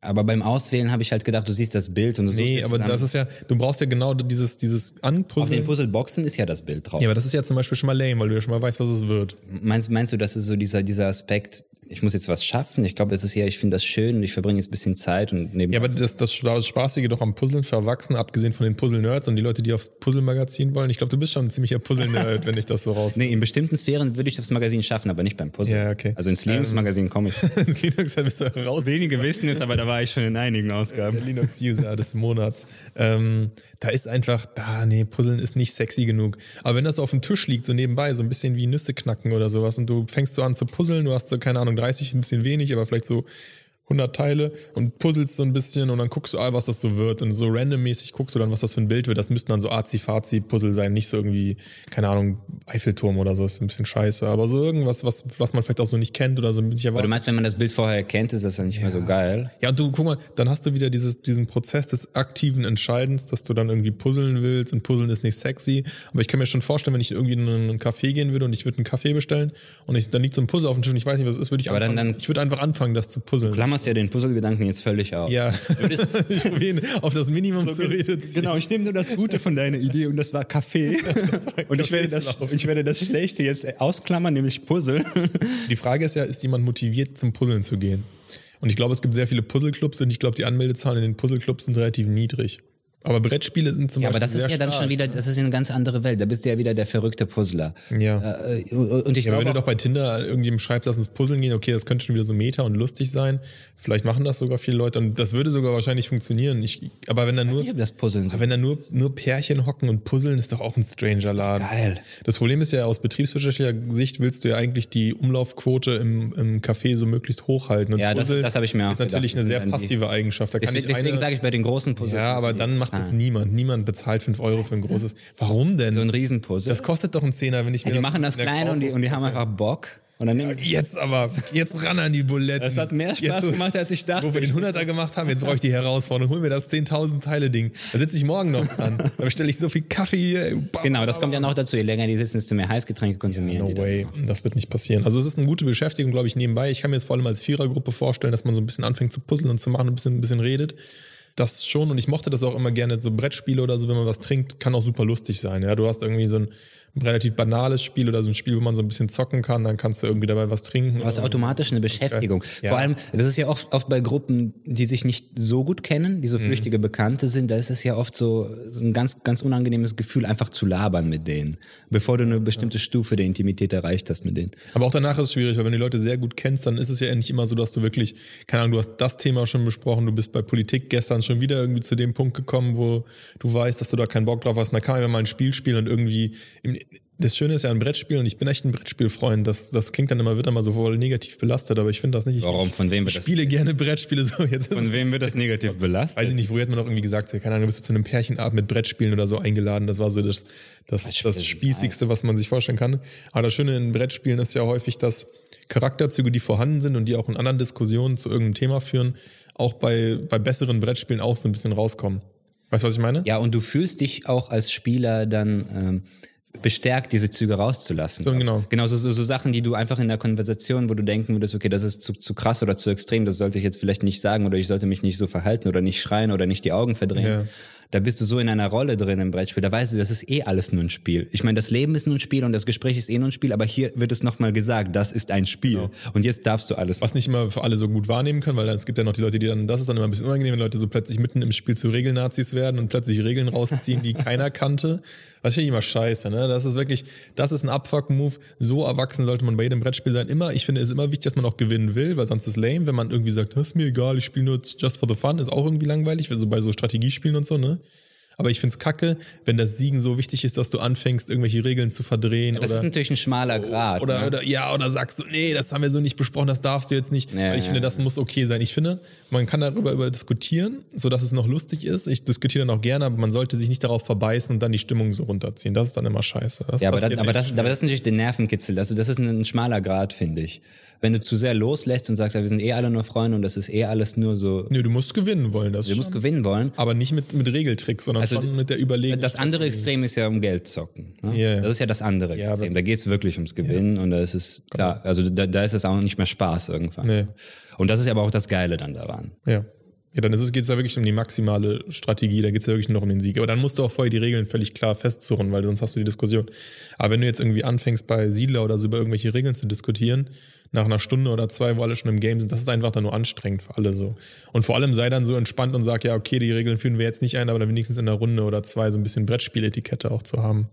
Speaker 3: Aber beim Auswählen habe ich halt gedacht, du siehst das Bild und du suchst
Speaker 2: Nee,
Speaker 3: dir
Speaker 2: aber
Speaker 3: zusammen.
Speaker 2: das ist ja, du brauchst ja genau dieses, dieses
Speaker 3: auf den
Speaker 2: Anpuzzeln.
Speaker 3: Puzzleboxen ist ja das Bild drauf.
Speaker 2: Ja, aber das ist ja zum Beispiel schon mal lame, weil du ja schon mal weißt, was es wird.
Speaker 3: Meinst, meinst du, das ist so dieser, dieser Aspekt, ich muss jetzt was schaffen? Ich glaube, es ist ja, ich finde das schön und ich verbringe jetzt ein bisschen Zeit und neben.
Speaker 2: Ja, aber das, das Spaßige doch am Puzzeln für Erwachsene, abgesehen von den Puzzle-Nerds und die Leute, die aufs Puzzle-Magazin wollen. Ich glaube, du bist schon ein ziemlicher Puzzle-Nerd, wenn ich das so raus.
Speaker 3: nee, in bestimmten Sphären würde ich das Magazin schaffen, aber nicht beim Puzzle.
Speaker 2: Ja, okay.
Speaker 3: Also ins Linux-Magazin komme ich.
Speaker 2: Ins Linux bist du raus.
Speaker 3: Wenige wissen es, aber da war ich schon in einigen
Speaker 2: Der
Speaker 3: Ausgaben.
Speaker 2: Linux-User des Monats. Ähm, da ist einfach, da, nee, Puzzeln ist nicht sexy genug. Aber wenn das so auf dem Tisch liegt, so nebenbei, so ein bisschen wie Nüsse knacken oder sowas und du fängst so an zu puzzeln, du hast so, keine Ahnung, 30 ein bisschen wenig, aber vielleicht so 100 Teile und puzzelst so ein bisschen und dann guckst du, ah, was das so wird und so randommäßig guckst du dann, was das für ein Bild wird. Das müssten dann so Azi-Fazi-Puzzle sein, nicht so irgendwie, keine Ahnung, Eiffelturm oder so, ist ein bisschen scheiße, aber so irgendwas, was, was man vielleicht auch so nicht kennt oder so ein bisschen
Speaker 3: Aber du meinst, wenn man das Bild vorher kennt, ist das dann nicht mehr so geil.
Speaker 2: ja, und du, guck mal, dann hast du wieder dieses, diesen Prozess des aktiven Entscheidens, dass du dann irgendwie puzzeln willst und puzzeln ist nicht sexy. Aber ich kann mir schon vorstellen, wenn ich irgendwie in einen Café gehen würde und ich würde einen Kaffee bestellen und ich, dann liegt so ein Puzzle auf dem Tisch und ich weiß nicht, was es ist, würde ich
Speaker 3: Aber dann-
Speaker 2: anfangen.
Speaker 3: dann-
Speaker 2: ich würde einfach anfangen, das zu puzzeln.
Speaker 3: Du klammerst ja den Puzzlegedanken jetzt völlig auf.
Speaker 2: Ja,
Speaker 3: würdest-
Speaker 2: ich probiere ihn auf das Minimum zu reduzieren.
Speaker 3: ich nehme nur das Gute von deiner Idee und das war Kaffee.
Speaker 2: Und ich werde das-
Speaker 3: ich werde das Schlechte jetzt ausklammern, nämlich Puzzle.
Speaker 2: Die Frage ist ja, ist jemand motiviert, zum Puzzeln zu gehen? Und ich glaube, es gibt sehr viele Puzzleclubs und ich glaube, die Anmeldezahlen in den Puzzleclubs sind relativ niedrig. Aber Brettspiele sind zum
Speaker 3: Ja,
Speaker 2: Beispiel.
Speaker 3: aber das ist
Speaker 2: sehr
Speaker 3: ja dann
Speaker 2: stark.
Speaker 3: schon wieder, das ist eine ganz andere Welt. Da bist du ja wieder der verrückte Puzzler.
Speaker 2: Mhm. Ja.
Speaker 3: Äh, äh, und ich
Speaker 2: Aber wenn
Speaker 3: glaube,
Speaker 2: du
Speaker 3: auch,
Speaker 2: doch bei Tinder irgendjemandem schreibst, lass uns puzzeln gehen, okay, das könnte schon wieder so meta und lustig sein. Vielleicht machen das sogar viele Leute und das würde sogar wahrscheinlich funktionieren. Ich, aber wenn da
Speaker 3: ich weiß
Speaker 2: nur,
Speaker 3: nicht, ob das Puzzeln so
Speaker 2: wenn da nur, nur Pärchen hocken und puzzeln, ist doch auch ein Stranger-Laden.
Speaker 3: geil.
Speaker 2: Das Problem ist ja, aus betriebswirtschaftlicher Sicht willst du ja eigentlich die Umlaufquote im, im Café so möglichst hochhalten. Und
Speaker 4: Ja, das-
Speaker 2: Puzzle
Speaker 4: das habe ich mir auch
Speaker 2: Ist natürlich
Speaker 4: gedacht.
Speaker 2: eine
Speaker 4: Das
Speaker 2: sehr
Speaker 4: sind dann die-
Speaker 2: passive Eigenschaft. Da kann
Speaker 4: Deswegen,
Speaker 2: ich eine,
Speaker 4: deswegen sage ich bei den großen Puzzles.
Speaker 2: ja, aber
Speaker 4: müssen die-
Speaker 2: dann macht das
Speaker 4: Ah,
Speaker 2: niemand. Niemand bezahlt 5 Euro für ein großes. Warum denn?
Speaker 4: So ein Riesenpuzzle.
Speaker 2: das kostet doch einen Zehner, wenn ich mir
Speaker 4: ja, die machen das
Speaker 2: in der
Speaker 4: kleine und die, und die haben einfach Bock. Und dann nehmen sie.
Speaker 2: Also Jetzt aber, jetzt ran an die Buletten.
Speaker 4: Das hat mehr Spaß
Speaker 2: jetzt,
Speaker 4: gemacht, als ich
Speaker 2: Wo wir
Speaker 4: dachte.
Speaker 2: den 100er gemacht haben, jetzt brauche ich die Herausforderung. Holen wir das 10.000 Teile Ding. Da sitze ich morgen noch dran. Da bestelle ich so viel Kaffee hier. Bam,
Speaker 4: Genau,
Speaker 2: bam,
Speaker 4: das kommt ja noch dazu. Je länger die sitzen, desto mehr Heißgetränke konsumieren. die
Speaker 2: No
Speaker 4: dann.
Speaker 2: way, das wird nicht passieren. Also es ist eine gute Beschäftigung, glaube ich, nebenbei. Ich kann mir das vor allem als Vierergruppe vorstellen, dass man so ein bisschen anfängt zu puzzeln und zu machen, ein bisschen, ein bisschen redet. Das schon, und ich mochte das auch immer gerne, so Brettspiele oder so, wenn man was trinkt, kann auch super lustig sein. Ja, du hast irgendwie so ein relativ banales Spiel oder so ein Spiel, wo man so ein bisschen zocken kann, dann kannst du irgendwie dabei was trinken.
Speaker 3: Du hast automatisch eine Beschäftigung.
Speaker 2: Ja.
Speaker 3: Vor allem, das ist ja oft, oft bei Gruppen, die sich nicht so gut kennen,
Speaker 4: Mhm.
Speaker 3: die so flüchtige Bekannte sind, da ist es ja oft so, so ein ganz, ganz unangenehmes Gefühl, einfach zu labern mit denen, bevor du eine bestimmte Stufe der Intimität erreicht hast mit denen.
Speaker 2: Aber auch danach ist es schwierig, weil wenn du die Leute sehr gut kennst, dann ist es ja nicht immer so, dass du wirklich, keine Ahnung, du hast das Thema schon besprochen, du bist bei Politik gestern schon wieder irgendwie zu dem Punkt gekommen, wo du weißt, dass du da keinen Bock drauf hast. Und da kann man ja mal ein Spiel spielen und irgendwie. Im, das Schöne ist ja ein Brettspiel und ich bin echt ein Brettspielfreund. Das, das klingt dann immer, wird dann mal so voll negativ belastet, aber ich finde das nicht. Ich
Speaker 4: Warum? Von wem wird das?
Speaker 2: spiele gerne Brettspiele so. Jetzt ist
Speaker 4: Von wem wird das negativ belastet?
Speaker 2: Weiß ich nicht, wo hat man noch irgendwie gesagt, so, keine Ahnung, bist du zu einem Pärchenabend mit Brettspielen oder so eingeladen. Das war so das, das, das Spießigste, was man sich vorstellen kann. Aber das Schöne in Brettspielen ist ja häufig, dass Charakterzüge, die vorhanden sind und die auch in anderen Diskussionen zu irgendeinem Thema führen, auch bei, bei besseren Brettspielen auch so ein bisschen rauskommen. Weißt du, was ich meine?
Speaker 3: Ja, und du fühlst dich auch als Spieler dann ähm, bestärkt, diese Züge rauszulassen.
Speaker 2: So, genau.
Speaker 3: Genau, so, so, so Sachen, die du einfach in der Konversation, wo du denken würdest, okay, das ist zu, zu krass oder zu extrem, das sollte ich jetzt vielleicht nicht sagen oder ich sollte mich nicht so verhalten oder nicht schreien oder nicht die Augen verdrehen.
Speaker 2: Ja.
Speaker 3: Da bist du so in einer Rolle drin im Brettspiel. Da weißt du, das ist eh alles nur ein Spiel. Ich meine, das Leben ist nur ein Spiel und das Gespräch ist eh nur ein Spiel, aber hier wird es nochmal gesagt, das ist ein Spiel.
Speaker 2: Genau.
Speaker 3: Und jetzt darfst du alles.
Speaker 2: Was nicht immer für alle so gut wahrnehmen können, weil dann- es gibt ja noch die Leute, die dann, das ist dann immer ein bisschen unangenehm, wenn Leute so plötzlich mitten im Spiel zu Regelnazis werden und plötzlich Regeln rausziehen, die keiner kannte. Das finde ich immer scheiße, ne? Das ist wirklich, das ist ein Abfuck-Move. So erwachsen sollte man bei jedem Brettspiel sein. Immer, ich finde es ist immer wichtig, dass man auch gewinnen will, weil sonst ist lame, wenn man irgendwie sagt, das ist mir egal, ich spiele nur just for the fun, ist auch irgendwie langweilig, so bei so Strategiespielen und so, ne? Aber ich finde es kacke, wenn das Siegen so wichtig ist, dass du anfängst, irgendwelche Regeln zu verdrehen.
Speaker 3: Das
Speaker 2: oder
Speaker 3: ist natürlich ein schmaler Grad.
Speaker 2: oder,
Speaker 3: ne?
Speaker 2: oder ja, oder sagst du, nee, das haben wir so nicht besprochen, das darfst du jetzt nicht.
Speaker 3: Ja,
Speaker 2: Weil ich
Speaker 3: ja,
Speaker 2: finde, das muss okay sein. Ich finde, man kann darüber über diskutieren, sodass es noch lustig ist. Ich diskutiere dann auch gerne, aber man sollte sich nicht darauf verbeißen und dann die Stimmung so runterziehen. Das ist dann immer scheiße. Das
Speaker 3: Ja, aber das,
Speaker 2: passiert
Speaker 3: aber,
Speaker 2: echt.
Speaker 3: das, aber das ist natürlich der Nervenkitzel. Also das ist ein, ein schmaler Grad, finde ich. Wenn du zu sehr loslässt und sagst, ja, wir sind eh alle nur Freunde und das ist eh alles nur so,
Speaker 2: Nö, du musst gewinnen wollen, das
Speaker 3: wir
Speaker 2: schon.
Speaker 3: müssen gewinnen wollen.
Speaker 2: aber nicht mit, mit Regeltricks, sondern
Speaker 3: Also,
Speaker 2: schon mit der Überlegung.
Speaker 3: Das andere Extrem ist ja um Geld zocken. Ne?
Speaker 2: Ja, ja.
Speaker 3: Das ist ja das andere
Speaker 2: Ja,
Speaker 3: Extrem.
Speaker 2: aber Genau.
Speaker 3: Da geht es wirklich ums Gewinnen und da ist es klar, also da, da ist es auch nicht mehr Spaß irgendwann.
Speaker 2: Nee.
Speaker 3: Und das ist aber auch das Geile dann daran.
Speaker 2: Ja. Ja, dann geht es geht's ja wirklich um die maximale Strategie, da geht es ja wirklich nur noch um den Sieg. Aber dann musst du auch vorher die Regeln völlig klar festzurren, weil sonst hast du die Diskussion. Aber wenn du jetzt irgendwie anfängst, bei Siedler oder so über irgendwelche Regeln zu diskutieren, nach einer Stunde oder zwei, wo alle schon im Game sind, das ist einfach dann nur anstrengend für alle so. Und vor allem sei dann so entspannt und sag, ja, okay, die Regeln führen wir jetzt nicht ein, aber dann wenigstens in einer Runde oder zwei so ein bisschen Brettspieletikette auch zu haben.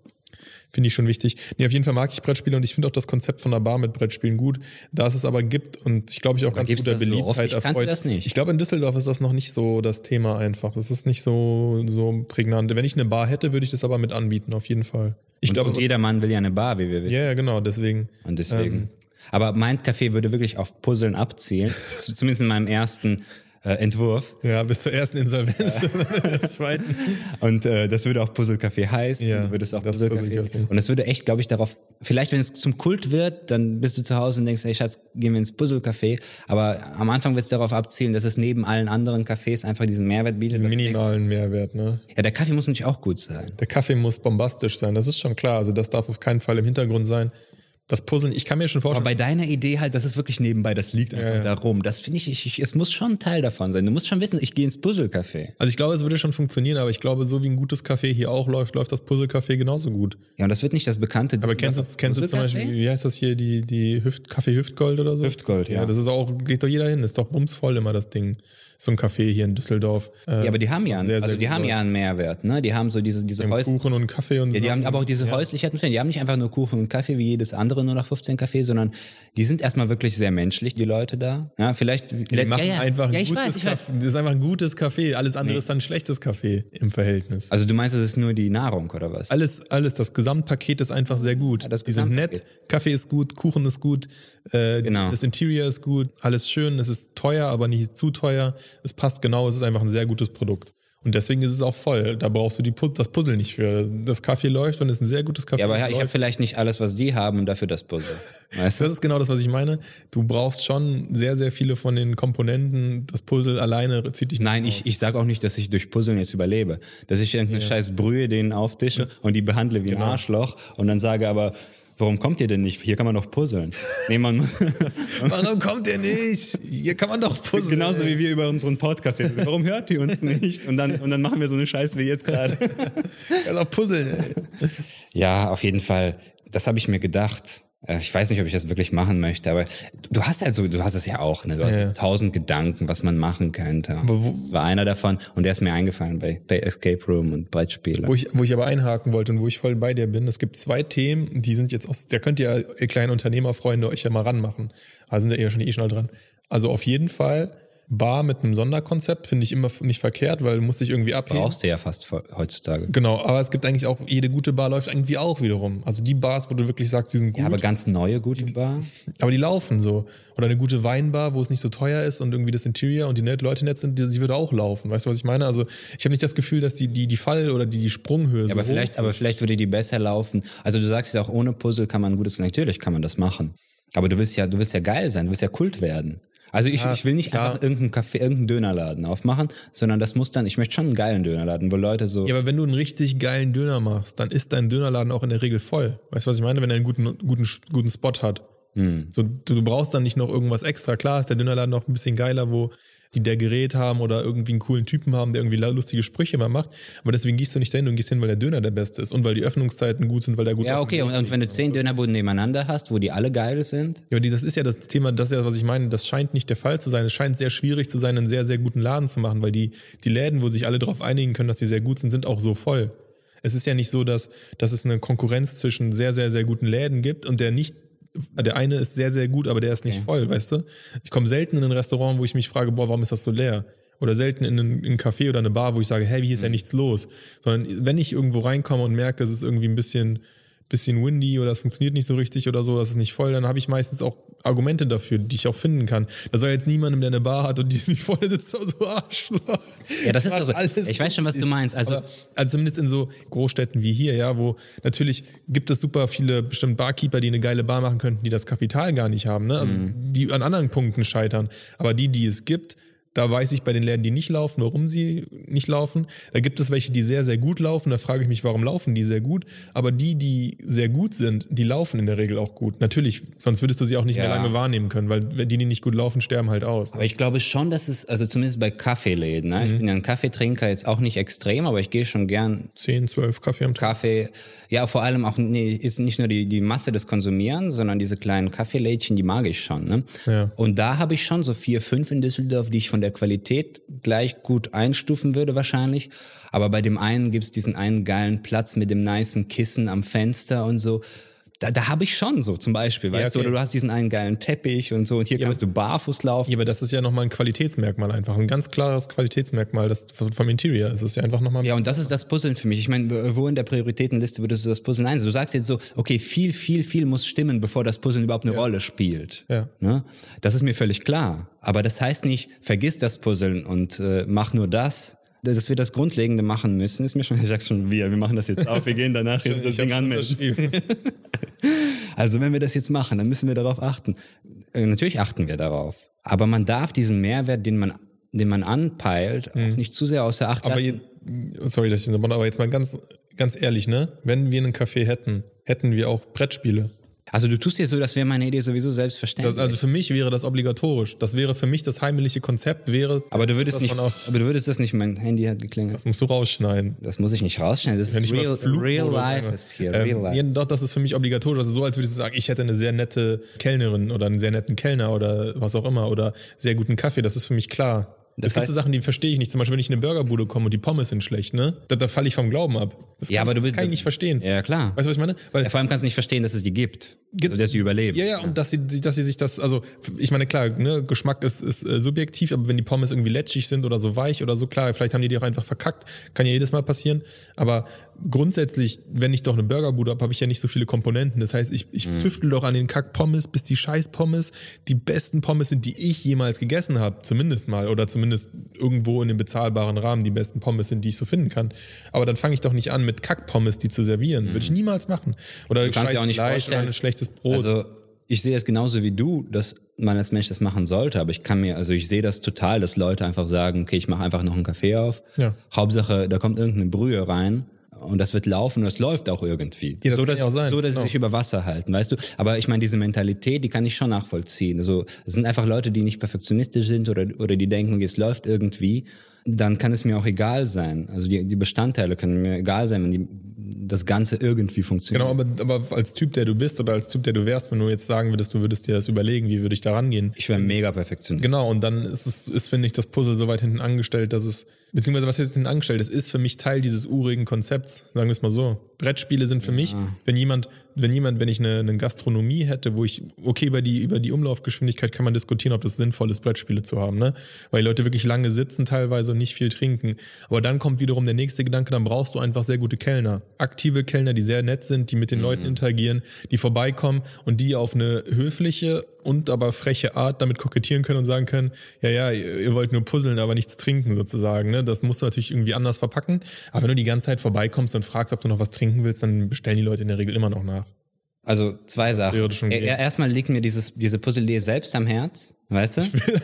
Speaker 2: Finde ich schon wichtig. Nee, auf jeden Fall mag ich Brettspiele und ich finde auch das Konzept von einer Bar mit Brettspielen gut. Da es es aber gibt und ich glaube, ich auch ganz
Speaker 3: gibt's
Speaker 2: guter
Speaker 3: das so oft?
Speaker 2: Beliebtheit
Speaker 3: Ich kannte
Speaker 2: erfreut.
Speaker 3: das nicht.
Speaker 2: Ich glaube, in Düsseldorf ist das noch nicht so das Thema einfach. Es ist nicht so, so prägnant. Wenn ich eine Bar hätte, würde ich das aber mit anbieten, auf jeden Fall. Ich
Speaker 3: Und,
Speaker 2: glaube,
Speaker 3: und jeder Mann will ja eine Bar, wie wir wissen.
Speaker 2: ja, ja, Ähm. genau, deswegen.
Speaker 3: Und deswegen. Aber mein Café würde wirklich auf Puzzeln abzielen, zu- zumindest in meinem ersten äh, Entwurf.
Speaker 2: Ja, bis zur ersten Insolvenz und der zweiten.
Speaker 3: Und äh, das würde auch Puzzlecafé heißen,
Speaker 2: Ja,
Speaker 3: du würdest auch
Speaker 2: das
Speaker 3: Puzzlecafé
Speaker 2: Puzzlecafé.
Speaker 3: sein. Und das würde echt, glaube ich, darauf, vielleicht wenn es zum Kult wird, dann bist du zu Hause und denkst, hey Schatz, gehen wir ins Puzzlecafé. Aber am Anfang wird es darauf abzielen, dass es neben allen anderen Cafés einfach diesen Mehrwert bietet. dass du denkst,
Speaker 2: Minimalen Mehrwert, ne?
Speaker 3: ja, der Kaffee muss natürlich auch gut sein.
Speaker 2: Der Kaffee muss bombastisch sein, das ist schon klar. Also das darf auf keinen Fall im Hintergrund sein. Das Puzzeln, ich kann mir schon
Speaker 3: Aber
Speaker 2: vorstellen,
Speaker 3: bei deiner Idee halt, das ist wirklich nebenbei, das liegt einfach
Speaker 2: ja.
Speaker 3: da rum. Das finde ich, ich, ich, es muss schon ein Teil davon sein. Du musst schon wissen, ich gehe ins Puzzlecafé.
Speaker 2: also ich glaube, es würde schon funktionieren, aber ich glaube, so wie ein gutes Café hier auch läuft, läuft das Puzzle-Café genauso gut.
Speaker 3: Ja, und das wird nicht das bekannte.
Speaker 2: Aber kennst du, kennst du zum Beispiel, wie heißt das hier, die, die Hüft, Kaffee Hüftgold oder so?
Speaker 4: Hüftgold, ja.
Speaker 2: Das ist auch, geht doch jeder hin, ist doch bumsvoll immer das Ding. so ein Café hier in Düsseldorf. äh,
Speaker 1: Ja, aber die haben ja, einen-
Speaker 2: sehr, sehr
Speaker 1: also die
Speaker 2: gut
Speaker 1: haben
Speaker 2: läuft.
Speaker 1: ja einen Mehrwert, ne? Die haben so diese, diese
Speaker 2: Die haben
Speaker 1: Häus
Speaker 2: Kuchen und Kaffee und
Speaker 1: Ja, die
Speaker 2: so.
Speaker 1: haben aber auch diese Häuslichkeiten, die haben nicht einfach nur Kuchen und Kaffee wie jedes andere, nur nach 15 Kaffee, sondern die sind erstmal wirklich sehr menschlich, die Leute da. Ja, vielleicht.
Speaker 2: Die machen
Speaker 1: ja, ja.
Speaker 2: einfach ein
Speaker 1: ja, ich
Speaker 2: gutes
Speaker 1: weiß, ich weiß.
Speaker 2: Kaffee. Das ist einfach ein gutes Kaffee. Alles andere ist dann ein schlechtes Kaffee im Verhältnis.
Speaker 1: Also du meinst, es ist nur die Nahrung oder was?
Speaker 2: Alles, alles, das Gesamtpaket ist einfach sehr gut.
Speaker 1: Ja, das
Speaker 2: die sind nett,
Speaker 1: Gesamtpaket.
Speaker 2: Kaffee ist gut, Kuchen ist gut, äh,
Speaker 1: Genau.
Speaker 2: das Interior ist gut, alles schön, es ist teuer, aber nicht zu teuer. Es passt genau, es ist einfach ein sehr gutes Produkt. Und deswegen ist es auch voll. Da brauchst du die Pu das Puzzle nicht für. Das Kaffee läuft und es ist ein sehr gutes Kaffee.
Speaker 1: ja, aber
Speaker 2: das
Speaker 1: ja, ich habe
Speaker 2: läuft.
Speaker 1: vielleicht nicht alles, was die haben und dafür das Puzzle. Weißt du?
Speaker 2: Das ist genau das, was ich meine. Du brauchst schon sehr, sehr viele von den Komponenten. Das Puzzle alleine zieht dich nicht
Speaker 1: Nein, ich, ich sage auch nicht, dass ich durch Puzzeln jetzt überlebe. Dass ich irgendeine scheiß Brühe denen auftische und die behandle wie
Speaker 2: Genau.
Speaker 1: ein Arschloch und dann sage aber, warum kommt ihr denn nicht? Hier kann man doch puzzeln. Nee, man,
Speaker 2: Warum kommt der nicht? Hier kann man doch puzzeln.
Speaker 1: Genauso wie wir über unseren Podcast jetzt. Also, Warum hört ihr uns nicht? Und dann, und dann machen wir so eine Scheiße wie jetzt gerade.
Speaker 2: Also puzzeln.
Speaker 1: Ja, auf jeden Fall. Das habe ich mir gedacht. Äh, Ich weiß nicht, ob ich das wirklich machen möchte, aber du hast halt so, du hast es ja auch, ne? Du hast
Speaker 2: Ja.
Speaker 1: tausend Gedanken, was man machen könnte.
Speaker 2: Aber wo-
Speaker 1: das war einer davon und der ist mir eingefallen bei, bei Escape Room und Brettspiele.
Speaker 2: Wo ich, wo ich aber einhaken wollte und wo ich voll bei dir bin, es gibt zwei Themen, die sind jetzt aus, da könnt ihr, ihr kleinen Unternehmerfreunde, euch ja mal ranmachen. Also sind ja eh schon eh schnell dran. Also auf jeden Fall Bar mit einem Sonderkonzept finde ich immer f- nicht verkehrt, weil muss ich irgendwie abheben.
Speaker 1: Brauchst du ja fast voll- heutzutage.
Speaker 2: Genau, aber es gibt eigentlich auch, jede gute Bar läuft irgendwie auch wiederum. Also die Bars, wo du wirklich sagst, die sind gut,
Speaker 1: Ja, aber
Speaker 2: aber,
Speaker 1: ganz neue gute Bar.
Speaker 2: die laufen so. Oder eine gute Weinbar, wo es nicht so teuer ist und irgendwie das Interior und die net, Leute nett sind, die, die würde auch laufen. Weißt du, was ich meine? Also ich habe nicht das Gefühl, dass die, die, die Fall- oder die, die Sprunghöhe so
Speaker 1: Aber
Speaker 2: hoch
Speaker 1: vielleicht, aber vielleicht würde die besser laufen. Also du sagst ja auch, ohne Puzzle kann man ein gutes, natürlich kann man das machen. Aber du willst ja, du willst ja geil sein, du willst ja Kult werden. Also ich, ich will nicht einfach irgendeinen Kaffee, irgendeinen Dönerladen aufmachen, sondern das muss dann, ich möchte schon einen geilen Dönerladen, wo Leute so,
Speaker 2: Ja, aber wenn du einen richtig geilen Döner machst, dann ist dein Dönerladen auch in der Regel voll. Weißt du, was ich meine? Wenn er einen guten, guten, guten Spot hat.
Speaker 1: Hm.
Speaker 2: So, du, du brauchst dann nicht noch irgendwas extra. Klar ist der Dönerladen noch ein bisschen geiler, wo die der Gerät haben oder irgendwie einen coolen Typen haben, der irgendwie la- lustige Sprüche mal macht. Aber deswegen gehst du nicht dahin, du gehst hin, weil der Döner der Beste ist und weil die Öffnungszeiten gut sind, weil der gut
Speaker 1: ja
Speaker 2: offen
Speaker 1: okay,
Speaker 2: ist.
Speaker 1: und, und wenn du zehn Dönerbuden nebeneinander hast, wo die alle geil sind,
Speaker 2: Ja, aber die- das ist ja das Thema, das ist ja, was ich meine, das scheint nicht der Fall zu sein. Es scheint sehr schwierig zu sein, einen sehr, sehr guten Laden zu machen, weil die, die Läden, wo sich alle darauf einigen können, dass sie sehr gut sind, sind auch so voll. Es ist ja nicht so, dass, dass es eine Konkurrenz zwischen sehr, sehr, sehr guten Läden gibt und der nicht, der eine ist sehr, sehr gut, aber der ist nicht voll, weißt du? Ich komme selten in ein Restaurant, wo ich mich frage, boah, warum ist das so leer? Oder selten in einen- in einen Café oder eine Bar, wo ich sage, hey, hier ist ja nichts los. Sondern wenn ich irgendwo reinkomme und merke, es ist irgendwie ein bisschen, bisschen windy oder es funktioniert nicht so richtig oder so, das ist nicht voll, dann habe ich meistens auch Argumente dafür, die ich auch finden kann. Da soll jetzt niemandem, der eine Bar hat und die nicht voll sitzt, so so Arschloch.
Speaker 1: Ja, das
Speaker 2: Ich
Speaker 1: ist
Speaker 2: mach
Speaker 1: also- ich weiß schon, was
Speaker 2: richtig.
Speaker 1: du meinst. Also-
Speaker 2: Aber, also zumindest in so Großstädten wie hier, ja, wo natürlich gibt es super viele bestimmt Barkeeper, die eine geile Bar machen könnten, die das Kapital gar nicht haben, ne? Also die an anderen Punkten scheitern. Aber die, die es gibt, da weiß ich bei den Läden, die nicht laufen, warum sie nicht laufen. Da gibt es welche, die sehr, sehr gut laufen. Da frage ich mich, warum laufen die sehr gut? Aber die, die sehr gut sind, die laufen in der Regel auch gut. Natürlich, sonst würdest du sie auch nicht
Speaker 1: Ja.
Speaker 2: mehr lange wahrnehmen können, weil die, die nicht gut laufen, sterben halt aus.
Speaker 1: Aber ich glaube schon, dass es, also zumindest bei Kaffeeläden, ne?
Speaker 2: Mhm.
Speaker 1: ich bin ja ein Kaffeetrinker jetzt auch nicht extrem, aber ich gehe schon gern
Speaker 2: 10, 12 Kaffee am Tag.
Speaker 1: Kaffee, ja, vor allem auch nee, ist nicht nur die, die Masse des Konsumieren, sondern diese kleinen Kaffeelädchen, die mag ich schon. Ne?
Speaker 2: Ja.
Speaker 1: Und da habe ich schon so vier, fünf in Düsseldorf, die ich von der Qualität gleich gut einstufen würde wahrscheinlich. Aber bei dem einen gibt's diesen einen geilen Platz mit dem nicen Kissen am Fenster und so. Da, da habe ich schon so zum Beispiel, weißt du,
Speaker 2: okay.
Speaker 1: oder du hast diesen einen geilen Teppich und so und hier kannst du barfuß laufen.
Speaker 2: Ja, aber das ist ja nochmal ein Qualitätsmerkmal einfach. Ein ganz klares Qualitätsmerkmal das vom vom Interior. Es ist ja einfach nochmal.
Speaker 1: Ja, und das ist das Puzzeln für mich. Ich meine, wo in der Prioritätenliste würdest du das Puzzeln einsetzen? Du sagst jetzt so, okay, viel, viel, viel muss stimmen, bevor das Puzzeln überhaupt eine Rolle spielt.
Speaker 2: Ja.
Speaker 1: Ne? Das ist mir völlig klar. Aber das heißt nicht, vergiss das Puzzeln und äh, mach nur das. Dass wir das Grundlegende machen müssen, ist mir schon, ich sag's schon, wir, wir machen das jetzt auf, wir gehen danach jetzt das Ding anmelden. Also wenn wir das jetzt machen, dann müssen wir darauf achten. Äh, natürlich achten wir darauf. Aber man darf diesen Mehrwert, den man, den man anpeilt, auch nicht zu sehr außer Acht
Speaker 2: aber
Speaker 1: lassen.
Speaker 2: je, sorry, dass ich das aber jetzt mal ganz, ganz ehrlich, ne? Wenn wir einen Café hätten, hätten wir auch Brettspiele.
Speaker 1: Also du tust dir so, das wäre meine Idee sowieso selbstverständlich.
Speaker 2: Das, also für mich wäre das obligatorisch. Das wäre für mich das heimliche Konzept, wäre.
Speaker 1: aber du würdest
Speaker 2: dass
Speaker 1: nicht,
Speaker 2: man Auch,
Speaker 1: aber du würdest das nicht, mein Handy hat geklingelt.
Speaker 2: das musst du rausschneiden.
Speaker 1: Das muss ich nicht rausschneiden, das
Speaker 2: Wenn
Speaker 1: ist
Speaker 2: ich mal
Speaker 1: real,
Speaker 2: Flugmodus
Speaker 1: real life
Speaker 2: sage.
Speaker 1: ist hier,
Speaker 2: Ähm,
Speaker 1: real life.
Speaker 2: ja, doch, das ist für mich obligatorisch. Das ist so, als würdest du sagen, ich hätte eine sehr nette Kellnerin oder einen sehr netten Kellner oder was auch immer oder sehr guten Kaffee. Das ist für mich klar. Das es gibt so Sachen, die verstehe ich nicht. Zum Beispiel, wenn ich in eine Burgerbude komme und die Pommes sind schlecht, ne? Da, da falle ich vom Glauben ab. Das kann,
Speaker 3: Ja, aber
Speaker 2: ich,
Speaker 3: du
Speaker 2: das
Speaker 3: bist-
Speaker 2: kann ich nicht verstehen. Also,
Speaker 3: Ja, klar.
Speaker 2: Weißt du, was ich meine? Weil
Speaker 3: Ja, vor allem kannst du nicht verstehen, dass es die gibt. Also, dass die überleben.
Speaker 2: Ja, ja, und dass sie, dass sie sich das, also ich meine, klar, ne, Geschmack ist, ist äh, subjektiv, aber wenn die Pommes irgendwie letschig sind oder so weich oder so, klar, vielleicht haben die die auch einfach verkackt, kann ja jedes Mal passieren, aber grundsätzlich, wenn ich doch eine Burgerbude habe, habe ich ja nicht so viele Komponenten, das heißt, ich,
Speaker 3: Mhm.
Speaker 2: ich tüftel doch an den Kack-Pommes, bis die Scheiß-Pommes die besten Pommes sind, die ich jemals gegessen habe, zumindest mal, oder zumindest irgendwo in dem bezahlbaren Rahmen die besten Pommes sind, die ich so finden kann, aber dann fange ich doch nicht an, mit Kack-Pommes die zu servieren, würde ich niemals machen, oder
Speaker 3: Mhm. kannst dir auch nicht
Speaker 2: Fleisch oder
Speaker 3: vorstellen-
Speaker 2: ein schlechtes Brot.
Speaker 3: Also ich sehe es genauso wie du, dass man als Mensch das machen sollte, aber ich kann mir, also ich sehe das total, dass Leute einfach sagen, okay, ich mache einfach noch einen Kaffee auf.
Speaker 2: Ja.
Speaker 3: Hauptsache, da kommt irgendeine Brühe rein und das wird laufen und das läuft auch irgendwie.
Speaker 2: Ja, das
Speaker 3: so,
Speaker 2: kann
Speaker 3: dass,
Speaker 2: ja auch sein.
Speaker 3: so, dass sie
Speaker 2: Genau.
Speaker 3: sich über Wasser halt halten, weißt du? Aber ich meine, diese Mentalität, die kann ich schon nachvollziehen. Also es sind einfach Leute, die nicht perfektionistisch sind oder, oder die denken, es läuft irgendwie, dann kann es mir auch egal sein. Also die, die Bestandteile können mir egal sein, wenn die, das Ganze irgendwie funktioniert.
Speaker 2: Genau, aber, aber als Typ, der du bist oder als Typ, der du wärst, wenn du jetzt sagen würdest, du würdest dir das überlegen, wie würde ich da rangehen?
Speaker 3: Ich wäre mega perfektionistisch.
Speaker 2: Genau, und dann ist, es, ist finde ich, das Puzzle so weit hinten angestellt, dass es, beziehungsweise was heißt hinten angestellt, es ist für mich Teil dieses urigen Konzepts, sagen wir es mal so. Brettspiele sind für mich, wenn jemand, wenn jemand, wenn ich eine, eine Gastronomie hätte, wo ich, okay, über die, über die Umlaufgeschwindigkeit kann man diskutieren, ob das sinnvoll ist, Brettspiele zu haben, ne? Weil die Leute wirklich lange sitzen teilweise und nicht viel trinken. Aber dann kommt wiederum der nächste Gedanke, dann brauchst du einfach sehr gute Kellner. Aktive Kellner, die sehr nett sind, die mit den Leuten interagieren, die vorbeikommen und die auf eine höfliche und aber freche Art damit kokettieren können und sagen können, ja, ja, ihr ihr wollt nur puzzeln, aber nichts trinken sozusagen. Ne? Das musst du natürlich irgendwie anders verpacken. Aber wenn du die ganze Zeit vorbeikommst und fragst, ob du noch was trinken willst, dann bestellen die Leute in der Regel immer noch nach.
Speaker 3: Also zwei Sachen.
Speaker 2: wäre schon
Speaker 3: Er-
Speaker 2: gehen.
Speaker 3: er- Erstmal liegt mir dieses, diese Puzzle selbst am Herz, weißt du?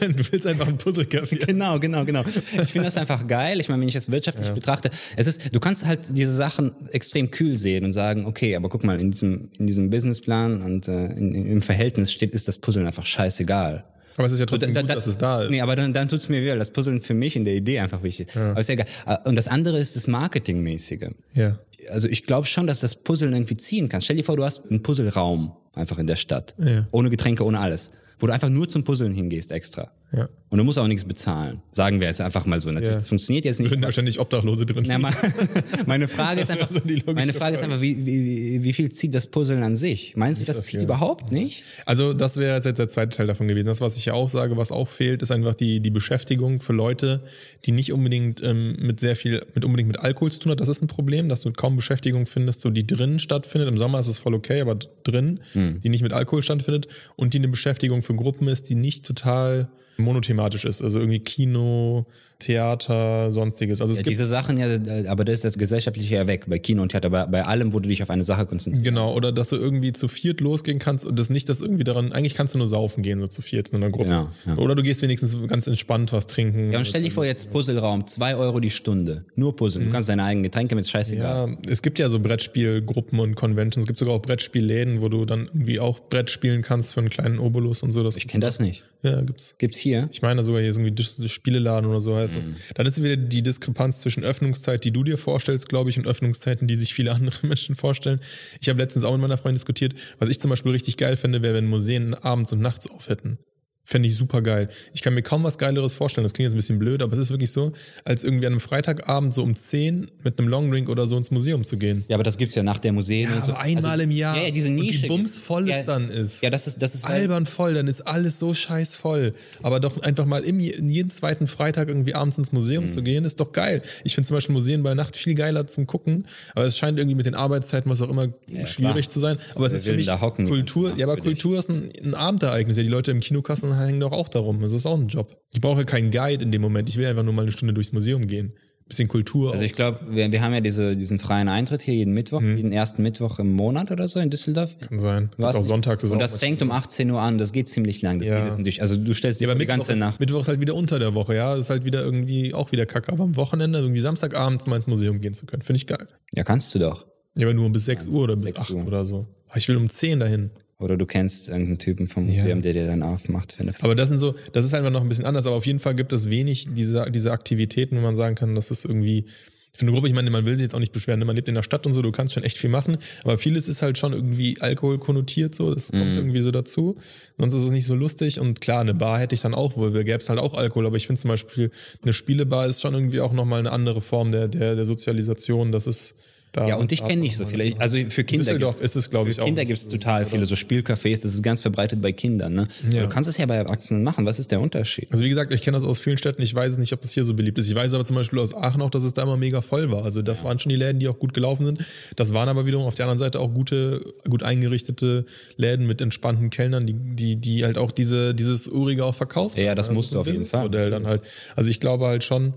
Speaker 2: du willst einfach einen Puzzlekaffee.
Speaker 3: Genau, genau, genau. Ich finde das einfach geil. Ich meine, wenn ich das wirtschaftlich betrachte, es ist, du kannst halt diese Sachen extrem kühl sehen und sagen, okay, aber guck mal, in diesem, in diesem Businessplan und äh, in, in, im Verhältnis steht, ist das Puzzeln einfach scheißegal.
Speaker 2: Aber es ist ja trotzdem
Speaker 3: Da-
Speaker 2: gut,
Speaker 3: da-
Speaker 2: dass es da ist.
Speaker 3: Nee, aber dann, dann tut's mir weh. weil Das Puzzeln für mich in der Idee einfach wichtig. Aber ist ja geil. Äh, Und das andere ist das Marketingmäßige.
Speaker 2: Ja.
Speaker 3: also ich glaube schon, dass das Puzzeln irgendwie ziehen kann. Stell dir vor, du hast einen Puzzleraum einfach in der Stadt.
Speaker 2: Ja.
Speaker 3: Ohne Getränke, ohne alles. Wo du einfach nur zum Puzzeln hingehst extra.
Speaker 2: Ja.
Speaker 3: Und du musst auch nichts bezahlen. Sagen wir jetzt einfach mal so. Natürlich,
Speaker 2: Ja.
Speaker 3: das funktioniert jetzt
Speaker 2: Da
Speaker 3: nicht.
Speaker 2: sind wahrscheinlich Obdachlose drin.
Speaker 3: Na, ma- meine Frage ist
Speaker 2: Das wär
Speaker 3: einfach,
Speaker 2: so die logische
Speaker 3: meine Frage ist
Speaker 2: Frage.
Speaker 3: einfach wie, wie, wie- wie viel zieht das Puzzeln an sich? Meinst du, das zieht überhaupt nicht?
Speaker 2: Also das wäre jetzt der zweite Teil davon gewesen. Das, was ich ja auch sage, was auch fehlt, ist einfach die, die Beschäftigung für Leute, die nicht unbedingt ähm, mit sehr viel, mit unbedingt mit Alkohol zu tun hat. Das ist ein Problem, dass du kaum Beschäftigung findest, so die drinnen stattfindet. Im Sommer ist es voll okay, aber drin, die nicht mit Alkohol stattfindet und die eine Beschäftigung für Gruppen ist, die nicht total monothematisch ist. Also irgendwie Kino, Theater, sonstiges. Also es
Speaker 3: Ja,
Speaker 2: gibt
Speaker 3: diese Sachen, ja, äh, aber das ist das Gesellschaftliche ja weg. Bei Kino und Theater, bei, bei allem, wo du dich auf eine Sache konzentrierst.
Speaker 2: Genau, oder dass du irgendwie zu viert losgehen kannst und das nicht, dass irgendwie daran, eigentlich kannst du nur saufen gehen, so zu viert in einer Gruppe.
Speaker 3: Ja, ja.
Speaker 2: Oder du gehst wenigstens ganz entspannt was trinken. Also,
Speaker 3: Ja, und stell dir vor, jetzt Puzzleraum, zwei Euro die Stunde. Nur Puzzeln. Du kannst deine eigenen Getränke mit, scheißegal.
Speaker 2: ja, ähm, es gibt ja so Brettspielgruppen und Conventions, es gibt sogar auch Brettspielläden, wo du dann irgendwie auch Brett spielen kannst für einen kleinen Obolus und so. Das
Speaker 3: Ich kenne das nicht.
Speaker 2: Ja, gibt's.
Speaker 3: Gibt's hier?
Speaker 2: Ich meine sogar hier ist irgendwie Dis- Spieleladen oder so heißt das.
Speaker 3: Mhm.
Speaker 2: Dann ist wieder die Diskrepanz zwischen Öffnungszeit, die du dir vorstellst, glaube ich, und Öffnungszeiten, die sich viele andere Menschen vorstellen. Ich habe letztens auch mit meiner Freundin diskutiert, was ich zum Beispiel richtig geil finde, wäre, wenn Museen abends und nachts auf hätten. Fände ich super geil. Ich kann mir kaum was Geileres vorstellen. Das klingt jetzt ein bisschen blöd, aber es ist wirklich so, als irgendwie an einem Freitagabend so um 10 mit einem Longdrink oder so ins Museum zu gehen.
Speaker 3: Ja, aber das gibt's ja nach der Museen und so.
Speaker 2: Also einmal
Speaker 3: Also-
Speaker 2: im Jahr.
Speaker 3: Ja, ja diese
Speaker 2: Und
Speaker 3: Nische.
Speaker 2: wie bums voll
Speaker 3: ja,
Speaker 2: es dann ist.
Speaker 3: Ja, das ist, das ist halt-
Speaker 2: albern voll, dann ist alles so scheiß voll. Aber doch einfach mal im, in jeden zweiten Freitag irgendwie abends ins
Speaker 3: Mhm.
Speaker 2: Museum zu gehen, ist doch geil. Ich finde zum Beispiel Museen bei Nacht viel geiler zum Gucken, aber es scheint irgendwie mit den Arbeitszeiten, was auch immer, schwierig
Speaker 3: klar.
Speaker 2: zu sein. Aber es
Speaker 3: Wer
Speaker 2: ist für
Speaker 3: will
Speaker 2: mich
Speaker 3: da hocken die
Speaker 2: Kultur,
Speaker 3: ganze Nacht
Speaker 2: ja, aber
Speaker 3: für dich?
Speaker 2: Kultur ist ein, ein Abendereignis. Ja, die Leute im Kinokasten hängen doch auch darum. Das ist auch ein Job. Ich brauche keinen Guide in dem Moment. Ich will einfach nur mal eine Stunde durchs Museum gehen. Bisschen Kultur.
Speaker 3: Also ich glaube, wir, wir haben ja diese, diesen freien Eintritt hier jeden Mittwoch, jeden ersten Mittwoch im Monat oder so in Düsseldorf.
Speaker 2: Mhm. kann sein.
Speaker 3: Was?
Speaker 2: Auch sonntags ist
Speaker 3: Und
Speaker 2: auch
Speaker 3: das fängt um 18 Uhr an, das geht ziemlich lang. Das
Speaker 2: Ja.
Speaker 3: geht jetzt natürlich. Also du stellst dir
Speaker 2: Ja, aber
Speaker 3: die
Speaker 2: Mittwoch
Speaker 3: ganze
Speaker 2: ist,
Speaker 3: Nacht.
Speaker 2: Mittwoch ist halt wieder unter der Woche, ja. Ist halt wieder irgendwie auch wieder kacke. Aber am Wochenende, irgendwie Samstagabends mal ins Museum gehen zu können, finde ich geil.
Speaker 3: Ja, kannst du doch.
Speaker 2: Ja, aber nur bis 6 Uhr oder bis
Speaker 3: 6
Speaker 2: 8
Speaker 3: Uhr.
Speaker 2: oder so. Aber Ich will um 10 dahin.
Speaker 3: Oder du kennst irgendeinen Typen vom Museum, der dir dann aufmacht für eine
Speaker 2: Aber das sind so, das ist einfach noch ein bisschen anders. Aber auf jeden Fall gibt es wenig diese, diese Aktivitäten, wo man sagen kann, das ist irgendwie für eine Gruppe, ich meine, man will sich jetzt auch nicht beschweren, ne? man lebt in der Stadt und so, du kannst schon echt viel machen, aber vieles ist halt schon irgendwie Alkohol konnotiert, so, das
Speaker 3: Mhm.
Speaker 2: kommt irgendwie so dazu. Sonst ist es nicht so lustig und klar, eine Bar hätte ich dann auch wohl, gäbe es halt auch Alkohol, aber ich finde zum Beispiel, eine Spielebar ist schon irgendwie auch nochmal eine andere Form der, der, der Sozialisation, das ist da.
Speaker 3: Ja, und ich
Speaker 2: da
Speaker 3: kenne
Speaker 2: auch
Speaker 3: nicht so
Speaker 2: mal-
Speaker 3: viele. Also für Kinder
Speaker 2: Düsseldorf
Speaker 3: gibt's-
Speaker 2: ist es, glaub
Speaker 3: für
Speaker 2: ich, auch
Speaker 3: Kinder
Speaker 2: nicht
Speaker 3: gibt's
Speaker 2: so.
Speaker 3: total viele so Spielcafés. Das ist ganz verbreitet bei Kindern. Ne?
Speaker 2: Ja.
Speaker 3: Du kannst es ja bei Erwachsenen machen. Was ist der Unterschied?
Speaker 2: Also wie gesagt, ich kenne das aus vielen Städten. Ich weiß es nicht, ob das hier so beliebt ist. Ich weiß aber zum Beispiel aus Aachen auch, dass es da immer mega voll war. Also das waren schon die Läden, die auch gut gelaufen sind. Das waren aber wiederum auf der anderen Seite auch gute, gut eingerichtete Läden mit entspannten Kellnern, die, die, die halt auch diese, dieses Urige auch verkauft
Speaker 3: Ja, ja, das musst
Speaker 2: ist
Speaker 3: du
Speaker 2: ein
Speaker 3: auf jeden Fall.
Speaker 2: Businessmodell dann halt. Also ich glaube halt schon,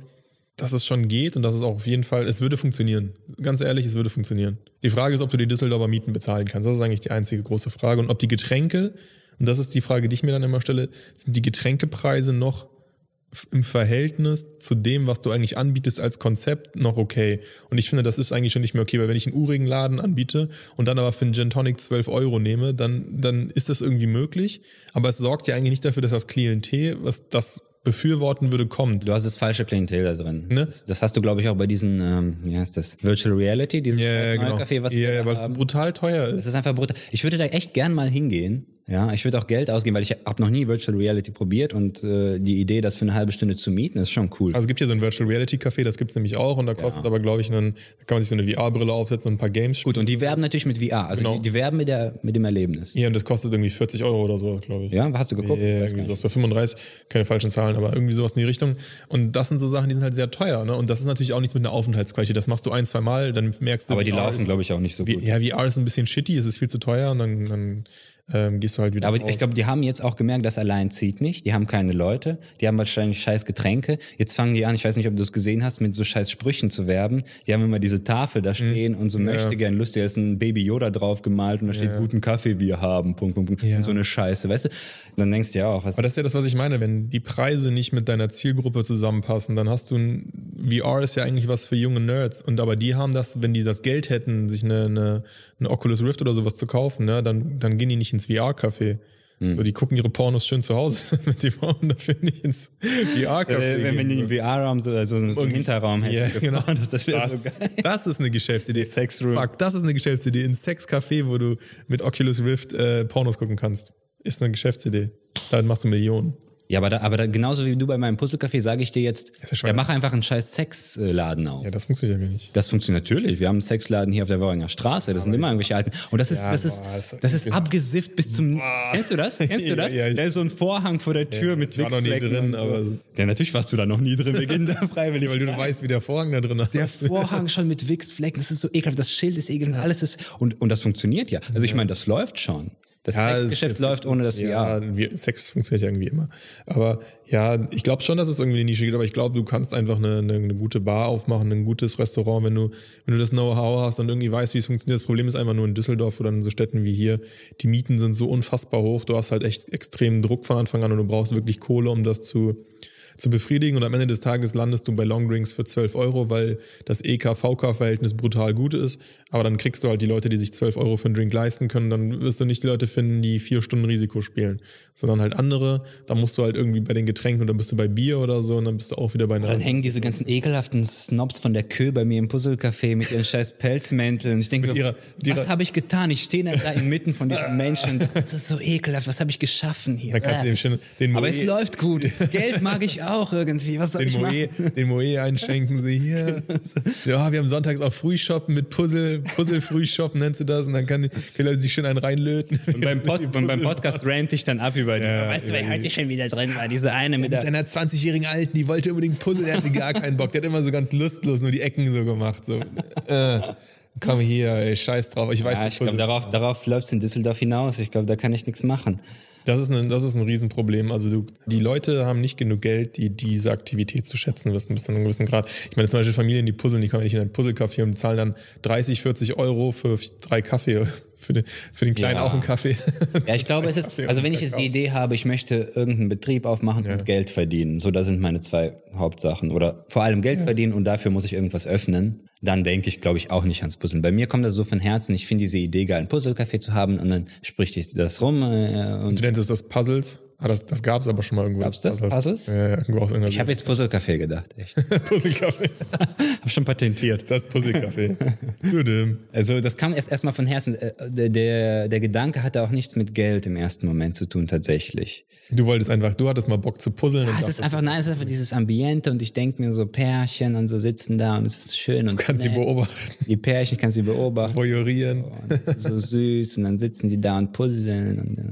Speaker 2: dass es schon geht und dass es auch auf jeden Fall, es würde funktionieren. Ganz ehrlich, es würde funktionieren. Die Frage ist, ob du die Düsseldorfer Mieten bezahlen kannst. Das ist eigentlich die einzige große Frage. Und ob die Getränke, und das ist die Frage, die ich mir dann immer stelle, sind die Getränkepreise noch f- im Verhältnis zu dem, was du eigentlich anbietest als Konzept, noch okay. Und ich finde, das ist eigentlich schon nicht mehr okay, weil wenn ich einen urigen Laden anbiete und dann aber für einen Gin Tonic 12 Euro nehme, dann, dann ist das irgendwie möglich. Aber es sorgt ja eigentlich nicht dafür, dass das Klientel, was das befürworten würde, kommt.
Speaker 3: Du hast das falsche Klientel da drin.
Speaker 2: Ne?
Speaker 3: Das, das hast du, glaube ich, auch bei diesen, ähm, wie heißt das, Virtual Reality, dieses
Speaker 2: Ja, ja,
Speaker 3: scheiß neue
Speaker 2: genau.
Speaker 3: Café, was
Speaker 2: ja,
Speaker 3: wir
Speaker 2: ja,
Speaker 3: da
Speaker 2: weil es
Speaker 3: haben.
Speaker 2: brutal teuer ist.
Speaker 3: Das ist einfach brutal. Ich würde da echt gern mal hingehen. Ja, ich würde auch Geld ausgeben, weil ich habe noch nie Virtual Reality probiert und äh, die Idee, das für eine halbe Stunde zu mieten, ist schon cool.
Speaker 2: Also es gibt hier so ein Virtual Reality Café, das gibt es nämlich auch und da kostet aber, glaube ich, einen, da kann man sich so eine VR-Brille aufsetzen und ein paar Games spielen.
Speaker 3: Gut, und die werben natürlich mit VR. Also
Speaker 2: Genau.
Speaker 3: die, die werben mit, der, mit dem Erlebnis.
Speaker 2: Ja, und das kostet irgendwie 40 Euro oder so, glaube ich.
Speaker 3: Ja, hast du geguckt?
Speaker 2: Ja,
Speaker 3: Weiß gar
Speaker 2: irgendwie so, so 35, keine falschen Zahlen, aber irgendwie sowas in die Richtung. Und das sind so Sachen, die sind halt sehr teuer. Ne? Und das ist natürlich auch nichts mit einer Aufenthaltsqualität. Das machst du ein, zwei Mal, dann merkst du...
Speaker 5: Aber die
Speaker 2: VR
Speaker 5: laufen,
Speaker 2: ist-
Speaker 5: glaube ich, auch nicht so
Speaker 2: wie,
Speaker 5: gut.
Speaker 2: Ja, VR ist ein bisschen shitty, es ist viel zu teuer und dann, dann ähm, gehst du halt wieder
Speaker 3: Aber
Speaker 2: raus.
Speaker 3: ich glaube, die haben jetzt auch gemerkt, das allein zieht nicht. Die haben keine Leute. Die haben wahrscheinlich scheiß Getränke. Jetzt fangen die an, ich weiß nicht, ob du es gesehen hast, mit so scheiß Sprüchen zu werben. Die haben immer diese Tafel
Speaker 2: Hm.
Speaker 3: da stehen und so möchte gern lustig. Da ist ein Baby Yoda drauf gemalt und da steht, guten Kaffee wir haben, Punkt, Punkt, Punkt.
Speaker 2: Ja.
Speaker 3: Und so eine Scheiße, weißt du? Dann denkst du ja auch, was
Speaker 2: Aber das ist ja das, was ich meine, wenn die Preise nicht mit deiner Zielgruppe zusammenpassen, dann hast du ein VR ist ja eigentlich was für junge Nerds und aber die haben das, wenn die das Geld hätten, sich eine, eine, eine Oculus Rift oder sowas zu kaufen, ne, dann, dann gehen die nicht ins VR-Café.
Speaker 3: Hm.
Speaker 2: So, die gucken ihre Pornos schön zu Hause, mit die brauchen dafür nicht ins VR-Café.
Speaker 3: Äh, wenn wir
Speaker 2: gehen,
Speaker 3: die
Speaker 2: so.
Speaker 3: im VR-Raum so, also so einen Hinterraum hätten.
Speaker 2: Ja, genau.
Speaker 3: Das, das wäre so
Speaker 2: Das,
Speaker 3: geil.
Speaker 2: das ist eine Geschäftsidee.
Speaker 3: Sexroom.
Speaker 2: Fuck, das ist eine Geschäftsidee. Ein Sexcafé, wo du mit Oculus Rift äh, Pornos gucken kannst. Ist eine Geschäftsidee. Damit machst du Millionen.
Speaker 3: Ja, aber, da, aber da, genauso wie du bei meinem Puzzlecafé sage ich dir jetzt,
Speaker 2: Das ist schon-
Speaker 3: ja, mach einfach einen scheiß Sexladen auf.
Speaker 2: Ja, das funktioniert ja gar nicht.
Speaker 3: Das funktioniert natürlich. Wir haben einen Sexladen hier auf der Worringer Straße. Das sind immer irgendwelche alten. Und das ist, das ist,
Speaker 2: boah, ist doch
Speaker 3: das ist
Speaker 2: übel.
Speaker 3: abgesifft bis zum. Kennst du das? Kennst du
Speaker 2: Ja,
Speaker 3: das?
Speaker 2: ja, ich-
Speaker 3: da ist so ein Vorhang vor der Tür mit
Speaker 2: ich war noch nie
Speaker 3: Wichsflecken
Speaker 2: drin,
Speaker 3: und so.
Speaker 2: aber-
Speaker 3: Ja, natürlich warst du da noch nie drin. Wir gehen da freiwillig,
Speaker 2: Weil du weißt, wie der Vorhang da drin
Speaker 3: der
Speaker 2: ist.
Speaker 3: Vorhang schon mit Wichsflecken, das ist so ekelhaft, das Schild ist ekelhaft, alles ist. Und, und das funktioniert ja. Also ich meine, das läuft schon. Das
Speaker 2: Ja,
Speaker 3: Sexgeschäft
Speaker 2: es- es-
Speaker 3: läuft ohne das
Speaker 2: ja,
Speaker 3: VR.
Speaker 2: wir- Sex funktioniert ja irgendwie immer. Aber ja, ich glaube schon, dass es irgendwie eine Nische gibt, aber ich glaube, du kannst einfach eine, eine, eine gute Bar aufmachen, ein gutes Restaurant, wenn du, wenn du das Know-how hast und irgendwie weißt, wie es funktioniert. Das Problem ist einfach nur in Düsseldorf oder in so Städten wie hier, die Mieten sind so unfassbar hoch, du hast halt echt extremen Druck von Anfang an und du brauchst wirklich Kohle, um das zu zu befriedigen und am Ende des Tages landest du bei Longdrinks für 12 Euro, weil das E EK-VK-Verhältnis brutal gut ist, aber dann kriegst du halt die Leute, die sich 12 Euro für einen Drink leisten können, dann wirst du nicht die Leute finden, die vier Stunden Risiko spielen, sondern halt andere, da musst du halt irgendwie bei den Getränken und dann bist du bei Bier oder so und dann bist du auch wieder bei einer...
Speaker 3: Dann hängen diese ganzen ekelhaften Snobs von der Kö bei mir im Puzzlecafé mit ihren scheiß Pelzmänteln. Ich denke, mir,
Speaker 2: ihrer- mit ihrer-
Speaker 3: was habe ich getan? Ich stehe dann da inmitten von diesen Menschen. Genau. Das ist so ekelhaft. Was habe ich geschaffen hier? Äh.
Speaker 2: Dann kannst du dem schön- den
Speaker 3: Aber
Speaker 2: Moe-
Speaker 3: es läuft gut. Das Geld mag ich auch irgendwie. Was soll
Speaker 2: Den
Speaker 3: ich
Speaker 2: Moe,
Speaker 3: machen?
Speaker 2: den Moe einschenken sie hier. Ja, wir haben sonntags auch Frühshoppen mit Puzzle. Puzzle-Frühshoppen nennst du das. Und dann kann, können Leute sich schön einen reinlöten.
Speaker 5: Und beim, Pod, und beim Podcast rant ich dann ab über die.
Speaker 3: Weißt du, wer heute schon wieder drin war? Diese eine mit
Speaker 2: Mit
Speaker 3: der...
Speaker 2: seiner 20-jährigen Alten, die wollte unbedingt Puzzle, der hatte gar keinen Bock. Der hat immer so ganz lustlos nur die Ecken so gemacht. So, äh, komm hier, ey, scheiß drauf. Ich weiß
Speaker 3: Ja,
Speaker 2: die
Speaker 3: ich glaube,
Speaker 2: Puzzle.
Speaker 3: darauf, darauf läuft es in Düsseldorf hinaus. Ich glaube, da kann ich nichts machen.
Speaker 2: Das ist, ein, das ist ein Riesenproblem. Also du, die Leute haben nicht genug Geld, die diese Aktivität zu schätzen wissen, bis zu einem gewissen Grad. Ich meine, zum Beispiel Familien, die puzzeln, die kommen ja nicht in einen Puzzlecafé und zahlen dann 30, 40 Euro für drei Kaffee. Für den, für den Kleinen
Speaker 3: Ja.
Speaker 2: auch einen Kaffee.
Speaker 3: Ja, ich glaube, es ist, also wenn ich jetzt die Idee habe, ich möchte irgendeinen Betrieb aufmachen und Geld verdienen, so da sind meine zwei Hauptsachen oder vor allem Geld verdienen und dafür muss ich irgendwas öffnen, dann denke ich, glaube ich, auch nicht ans Puzzeln. Bei mir kommt das so von Herzen, ich finde diese Idee geil, ein Puzzlecafé zu haben und dann spricht ich das rum äh, und
Speaker 2: Du nennst es das Puzzles. Ah, das, das gab es aber schon mal irgendwo.
Speaker 3: Gab's das? Puzzles?
Speaker 2: Ja, ja, irgendwo aus
Speaker 3: Ich habe
Speaker 2: England.
Speaker 3: jetzt Puzzlecafé gedacht, echt.
Speaker 2: Puzzlecafé.
Speaker 6: Hab schon patentiert.
Speaker 2: Das Puzzlecafé. Tudum.
Speaker 3: Also das kam erst erstmal von Herzen. Äh, Der, der, der Gedanke hatte auch nichts mit Geld im ersten Moment zu tun, tatsächlich.
Speaker 2: du wolltest einfach, du hattest mal Bock zu puzzeln.
Speaker 3: Ah,
Speaker 2: und
Speaker 3: es ist
Speaker 2: dachtest,
Speaker 3: einfach, nein, es ist einfach dieses Ambiente und ich denke mir so Pärchen und so sitzen da und es ist schön und
Speaker 2: du kannst sie
Speaker 3: nett.
Speaker 2: beobachten,
Speaker 3: die Pärchen kannst du beobachten
Speaker 2: voyeurieren.
Speaker 3: und es ist so süß und dann sitzen die da und puzzeln und äh, ja.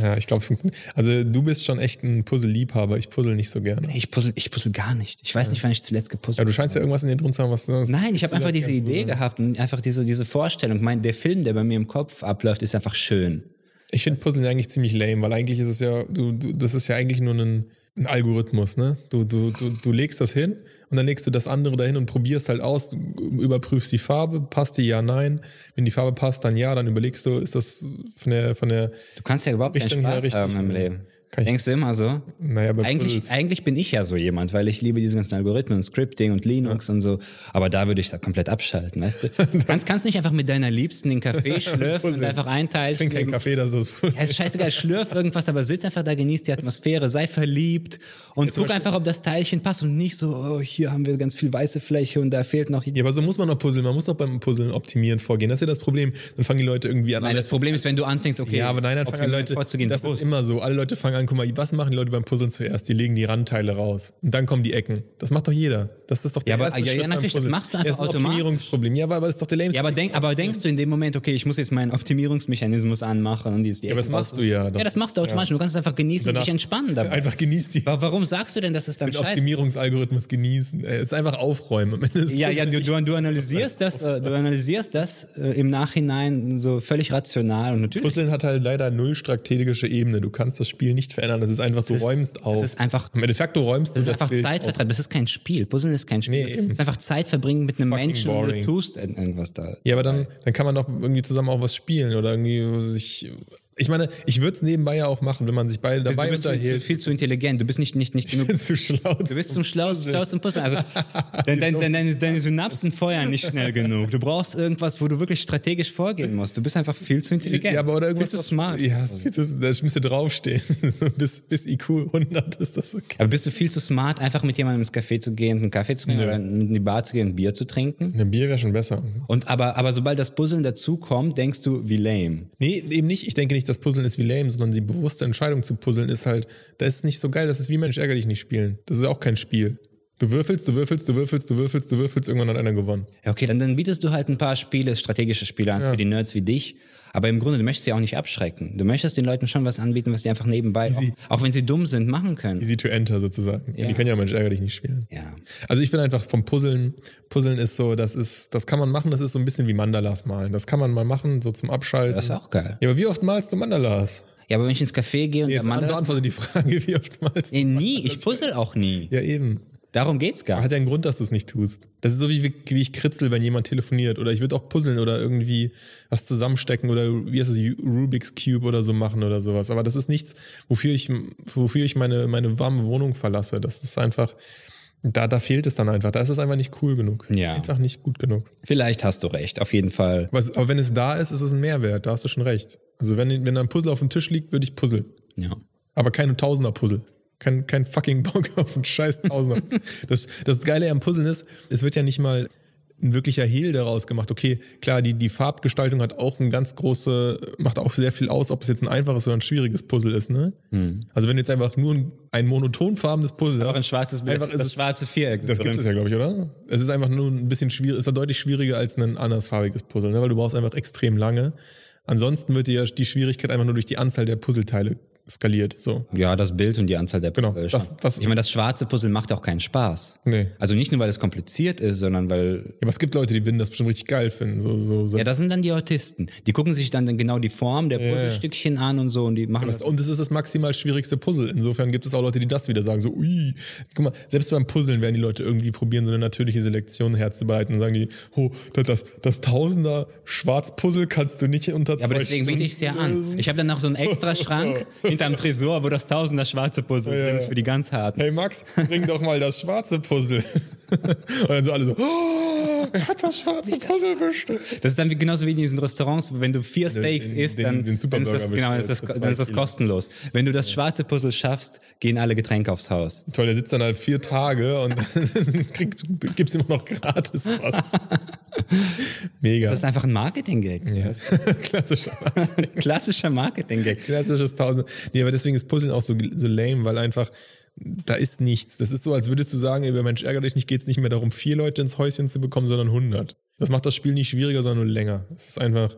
Speaker 2: Ja, ich glaube, es funktioniert. Also du bist schon echt ein Puzzle-Liebhaber. Ich puzzle nicht so gerne.
Speaker 3: Nee, ich puzzle, ich puzzle gar nicht. Ich weiß nicht, wann ich zuletzt
Speaker 2: Ja,
Speaker 3: gepuzzelt
Speaker 2: du scheinst ja irgendwas in dir drin zu haben, was du sonst-
Speaker 3: Nein, ich habe einfach diese Idee gehabt und einfach diese, diese Vorstellung. Mein, der Film, der bei mir im Kopf abläuft, ist einfach schön.
Speaker 2: Ich finde Puzzeln eigentlich ziemlich lame, weil eigentlich ist es ja, du, du das ist ja eigentlich nur ein, ein Algorithmus, ne? Du, du, du, du legst das hin und dann legst du das andere dahin und probierst halt aus, du überprüfst die Farbe, passt die ja, nein. Wenn die Farbe passt, dann ja, dann überlegst du, ist das von der, von der,
Speaker 3: Du kannst ja überhaupt keinen
Speaker 2: Richtung her,
Speaker 3: Spaß
Speaker 2: richtig,
Speaker 3: haben im
Speaker 2: ja.
Speaker 3: Leben.
Speaker 2: Kann ich-
Speaker 3: Denkst du immer so?
Speaker 2: naja, bei
Speaker 3: Eigentlich,
Speaker 2: Puzzles-
Speaker 3: eigentlich bin ich ja so jemand, weil ich liebe diese ganzen Algorithmen und Scripting und Linux und so. Aber da würde ich da komplett abschalten, weißt du? kannst, kannst du nicht einfach mit deiner Liebsten den Kaffee schlürfen und
Speaker 2: Puzzeln.
Speaker 3: einfach einteilen.
Speaker 2: ich trinke keinen Kaffee, das ist das.
Speaker 3: Ja, ist scheißegal, schlürf irgendwas, aber sitz einfach da, genieß die Atmosphäre, sei verliebt und guck einfach, ob das Teilchen passt und nicht so, oh, hier haben wir ganz viel weiße Fläche und da fehlt noch.
Speaker 2: Ja, aber so muss man doch puzzeln. Man muss doch beim Puzzeln optimieren vorgehen. Das ist ja das Problem. Dann fangen die Leute irgendwie an.
Speaker 3: Nein, das Problem ist, wenn du anfängst, okay,
Speaker 2: ja, aber nein, dann fangen alle
Speaker 3: optimal
Speaker 2: Leute.
Speaker 3: vorzugehen.
Speaker 2: Das ist
Speaker 3: Prost.
Speaker 2: immer so. Alle Leute fangen an, guck mal, was machen die Leute beim Puzzeln zuerst? Die legen die Randteile raus. Und dann kommen die Ecken. Das macht doch jeder. Das ist doch der
Speaker 3: Ja, aber-
Speaker 2: erste
Speaker 3: ja, ja,
Speaker 2: Schritt beim
Speaker 3: natürlich, das
Speaker 2: Puzzeln.
Speaker 3: machst du einfach
Speaker 2: Das ist ein
Speaker 3: automatisch.
Speaker 2: Optimierungsproblem. Ja, aber, aber das ist doch der lämste.
Speaker 3: ja, aber, denk, aber denkst du in dem Moment, okay, ich muss jetzt meinen Optimierungsmechanismus anmachen und dieses.
Speaker 2: Ja, aber das machst du ja.
Speaker 3: Ja, das machst du automatisch. Du kannst es einfach genießen und
Speaker 2: Danach-
Speaker 3: dich entspannen dabei.
Speaker 2: Einfach genießt die.
Speaker 3: Wa- Warum sagst du denn, dass es dann
Speaker 2: Den
Speaker 3: scheiße
Speaker 2: Optimierungsalgorithmus genießen. Ey, Es ist einfach aufräumen. Am Ende ist
Speaker 3: Ja, ja,
Speaker 2: Puzzeln
Speaker 3: du,
Speaker 2: nicht-
Speaker 3: du, du analysierst das, äh, du analysierst das äh, im Nachhinein so völlig rational und natürlich.
Speaker 2: Puzzeln hat halt leider null strategische Ebene. Du kannst das Spiel nicht verändern. Das ist einfach, du
Speaker 3: ist-
Speaker 2: räumst auf.
Speaker 3: das ist einfach-
Speaker 2: Im Endeffekt, du räumst
Speaker 3: Das
Speaker 2: du
Speaker 3: ist einfach
Speaker 2: Bild auf.
Speaker 3: Zeitvertreib, das ist kein Spiel. Puzzeln ist kein Spiel.
Speaker 2: Nee, eben.
Speaker 3: das ist einfach Zeit verbringen mit einem
Speaker 2: Fucking
Speaker 3: Menschen und du
Speaker 2: boring.
Speaker 3: tust ir- irgendwas da.
Speaker 2: Ja, aber dann, dann kann man doch irgendwie zusammen auch was spielen oder irgendwie sich. Ich meine, ich würde es nebenbei ja auch machen, wenn man sich beide dabei
Speaker 3: du bist viel, zu-
Speaker 2: unterhält.
Speaker 3: viel zu intelligent, du bist nicht, nicht, nicht genug.
Speaker 2: zu schlau.
Speaker 3: Du bist zum Schlaus, Schlaus zum Puzzeln. Also, dein, dein, dein, deine,
Speaker 2: Genau.
Speaker 3: deine Synapsen feuern nicht schnell genug. Du brauchst irgendwas, wo du wirklich strategisch vorgehen musst. Du bist einfach viel zu intelligent.
Speaker 2: ja, aber oder irgendwas.
Speaker 3: viel zu
Speaker 2: was-
Speaker 3: smart.
Speaker 2: Ja, ist viel zu, da müsste draufstehen. So bis, bis IQ 100 ist das okay.
Speaker 3: Aber bist du viel zu smart, einfach mit jemandem ins Café zu gehen, einen Kaffee zu trinken oder in die Bar zu gehen, ein Bier zu trinken?
Speaker 2: Ein Bier wäre schon besser.
Speaker 3: Und aber, aber sobald das Puzzeln dazukommt, denkst du, wie lame.
Speaker 2: Nee, eben nicht. Ich denke nicht, dass Puzzeln ist wie lame, sondern die bewusste Entscheidung zu puzzeln ist halt, das ist nicht so geil, das ist wie Mensch ärgere dich nicht spielen. Das ist auch kein Spiel. Du würfelst, du würfelst, du würfelst, du würfelst, du würfelst, irgendwann hat einer gewonnen.
Speaker 3: Ja, okay, dann, dann bietest du halt ein paar Spiele, strategische Spiele an für die Nerds wie dich. Aber im Grunde, du möchtest sie auch nicht abschrecken. Du möchtest den Leuten schon was anbieten, was sie einfach nebenbei, auch, auch wenn sie dumm sind, machen können.
Speaker 2: Easy to enter sozusagen. Die können ja Mensch ärgere dich nicht spielen.
Speaker 3: Ja.
Speaker 2: Also ich bin einfach vom Puzzeln. Puzzeln ist so, das ist, das kann man machen, das ist so ein bisschen wie Mandalas malen. Das kann man mal machen, so zum Abschalten.
Speaker 3: Das ist auch geil.
Speaker 2: ja, aber wie oft malst du Mandalas?
Speaker 3: Ja, aber wenn ich ins Café gehe und
Speaker 2: Jetzt
Speaker 3: der Mann das...
Speaker 2: beantworte die Frage, wie oft malst du?
Speaker 3: Nee, nie, ich puzzle auch nie.
Speaker 2: Ja, eben.
Speaker 3: Darum geht's gar nicht.
Speaker 2: Hat ja einen Grund, dass du es nicht tust. Das ist so wie, wie ich kritzel, wenn jemand telefoniert. Oder ich würde auch puzzeln oder irgendwie was zusammenstecken oder wie heißt es, Rubik's Cube oder so machen oder sowas. Aber das ist nichts, wofür ich, wofür ich meine, meine warme Wohnung verlasse. Das ist einfach, da, da fehlt es dann einfach. Da ist es einfach nicht cool genug.
Speaker 3: Ja.
Speaker 2: Einfach nicht gut genug.
Speaker 3: Vielleicht hast du recht, auf jeden Fall.
Speaker 2: Aber, es, aber wenn es da ist, ist es ein Mehrwert. Da hast du schon recht. Also wenn, wenn ein Puzzle auf dem Tisch liegt, würde ich puzzeln.
Speaker 3: Ja.
Speaker 2: Aber keine Tausender-Puzzle. Kein, kein fucking Bock auf einen scheiß Tausender. das, das Geile am Puzzeln ist, es wird ja nicht mal ein wirklicher Hehl daraus gemacht. Okay, klar, die, die Farbgestaltung hat auch ein ganz große, macht auch sehr viel aus, ob es jetzt ein einfaches oder ein schwieriges Puzzle ist, ne? Also wenn du jetzt einfach nur ein, ein monotonfarbenes Puzzle
Speaker 3: Einfach ein
Speaker 2: hast,
Speaker 3: schwarzes Bild.
Speaker 2: Einfach ist
Speaker 3: das
Speaker 2: es-
Speaker 3: schwarze Viereck.
Speaker 2: das gibt es ja, glaube ich, oder? Es ist einfach nur ein bisschen schwierig, ist ja deutlich schwieriger als ein andersfarbiges Puzzle, ne? weil du brauchst einfach extrem lange. Ansonsten wird dir die Schwierigkeit einfach nur durch die Anzahl der Puzzleteile skaliert, so.
Speaker 3: Ja, das Bild und die Anzahl der
Speaker 2: Genau,
Speaker 3: Puzzle.
Speaker 2: das- das-
Speaker 3: ich meine, das schwarze Puzzle macht auch keinen Spaß.
Speaker 2: Nee.
Speaker 3: Also nicht nur, weil es kompliziert ist, sondern weil.
Speaker 2: Ja, aber es gibt Leute, die würden das bestimmt richtig geil finden. So, so, so.
Speaker 3: Ja, das sind dann die Autisten. Die gucken sich dann genau die Form der
Speaker 2: ja.
Speaker 3: Puzzlestückchen an und so und die machen das.
Speaker 2: und es ist das maximal schwierigste Puzzle. Insofern gibt es auch Leute, die das wieder sagen, so, ui, guck mal, selbst beim Puzzeln werden die Leute irgendwie probieren, so eine natürliche Selektion herzubehalten und sagen die, oh, das, das, das Tausender Schwarzpuzzle kannst du nicht unter
Speaker 3: Ja, aber deswegen biete ich es ja an. Ich habe dann noch so einen extra Schrank in hinterm Tresor, wo das Tausender schwarze Puzzle
Speaker 2: Ja, ja,
Speaker 3: drin ist
Speaker 2: ja.
Speaker 3: für die ganz harten.
Speaker 2: Hey Max, bring doch mal das schwarze Puzzle. Und dann so alle so, oh, er hat das schwarze Puzzle bestellt.
Speaker 3: Das ist dann wie, genauso wie in diesen Restaurants, wo- wenn du vier Steaks
Speaker 2: den-
Speaker 3: isst,
Speaker 2: den-
Speaker 3: dann,
Speaker 2: den
Speaker 3: dann ist das,
Speaker 2: Superburger
Speaker 3: genau, dann ist das,
Speaker 2: bestellst für
Speaker 3: dann ist das
Speaker 2: zwei Kilo.
Speaker 3: kostenlos. Wenn du das schwarze Puzzle schaffst, gehen alle Getränke aufs Haus.
Speaker 2: Toll, der sitzt dann halt vier Tage und kriegt, gibt's immer noch gratis was. Mega.
Speaker 3: Das ist einfach ein Marketing-Gag.
Speaker 2: Klassischer.
Speaker 3: Klassischer Marketing-Gag.
Speaker 2: Klassisches Tausend. Nee, aber deswegen ist Puzzeln auch so, so lame, weil einfach da ist nichts. Das ist so, als würdest du sagen, über Mensch, ärgere dich nicht, geht es nicht mehr darum, vier Leute ins Häuschen zu bekommen, sondern 100. Das macht das Spiel nicht schwieriger, sondern nur länger. Es ist einfach.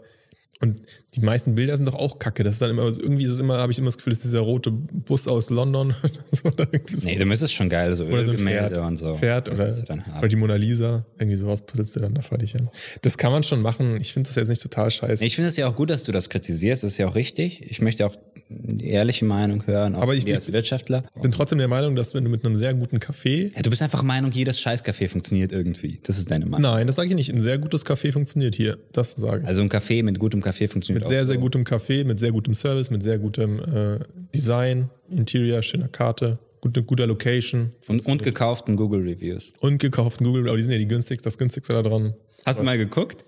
Speaker 2: Und die meisten Bilder sind doch auch kacke. Das ist dann immer, also irgendwie ist es immer, habe ich immer das Gefühl, es ist dieser rote Bus aus London oder so. Oder irgendwie so.
Speaker 3: Nee, du müsstest schon geil, so
Speaker 2: Oder so ein
Speaker 3: Ölgemälde
Speaker 2: Pferd.
Speaker 3: und so.
Speaker 2: Pferd oder,
Speaker 3: müsstest du dann haben.
Speaker 2: oder die Mona Lisa. Irgendwie sowas puzzelst du dann da fertig hin. Das kann man schon machen. Ich finde das jetzt nicht total scheiße.
Speaker 3: Ich finde es ja auch gut, dass du das kritisierst. Das ist ja auch richtig. Ich möchte auch die ehrliche Meinung hören, auch
Speaker 2: Aber ich
Speaker 3: wir
Speaker 2: bin-
Speaker 3: als Wirtschaftler.
Speaker 2: Ich bin trotzdem der Meinung, dass wenn du mit einem sehr guten Kaffee
Speaker 3: Ja, du bist einfach Meinung, jedes Scheißcafé funktioniert irgendwie. Das ist deine Meinung.
Speaker 2: Nein, das sage ich nicht. Ein sehr gutes Kaffee funktioniert hier. Das sage ich.
Speaker 3: Also ein Kaffee mit gutem Kaffee funktioniert
Speaker 2: mit
Speaker 3: auch
Speaker 2: sehr,
Speaker 3: so.
Speaker 2: sehr gutem Kaffee, mit sehr gutem Service, mit sehr gutem äh, Design, Interior, schöner Karte, gute, guter Location
Speaker 3: Und, und gekauften Google Reviews.
Speaker 2: und gekauften Google. Aber die sind ja die günstigste, das günstigste da dran.
Speaker 3: Hast du mal geguckt?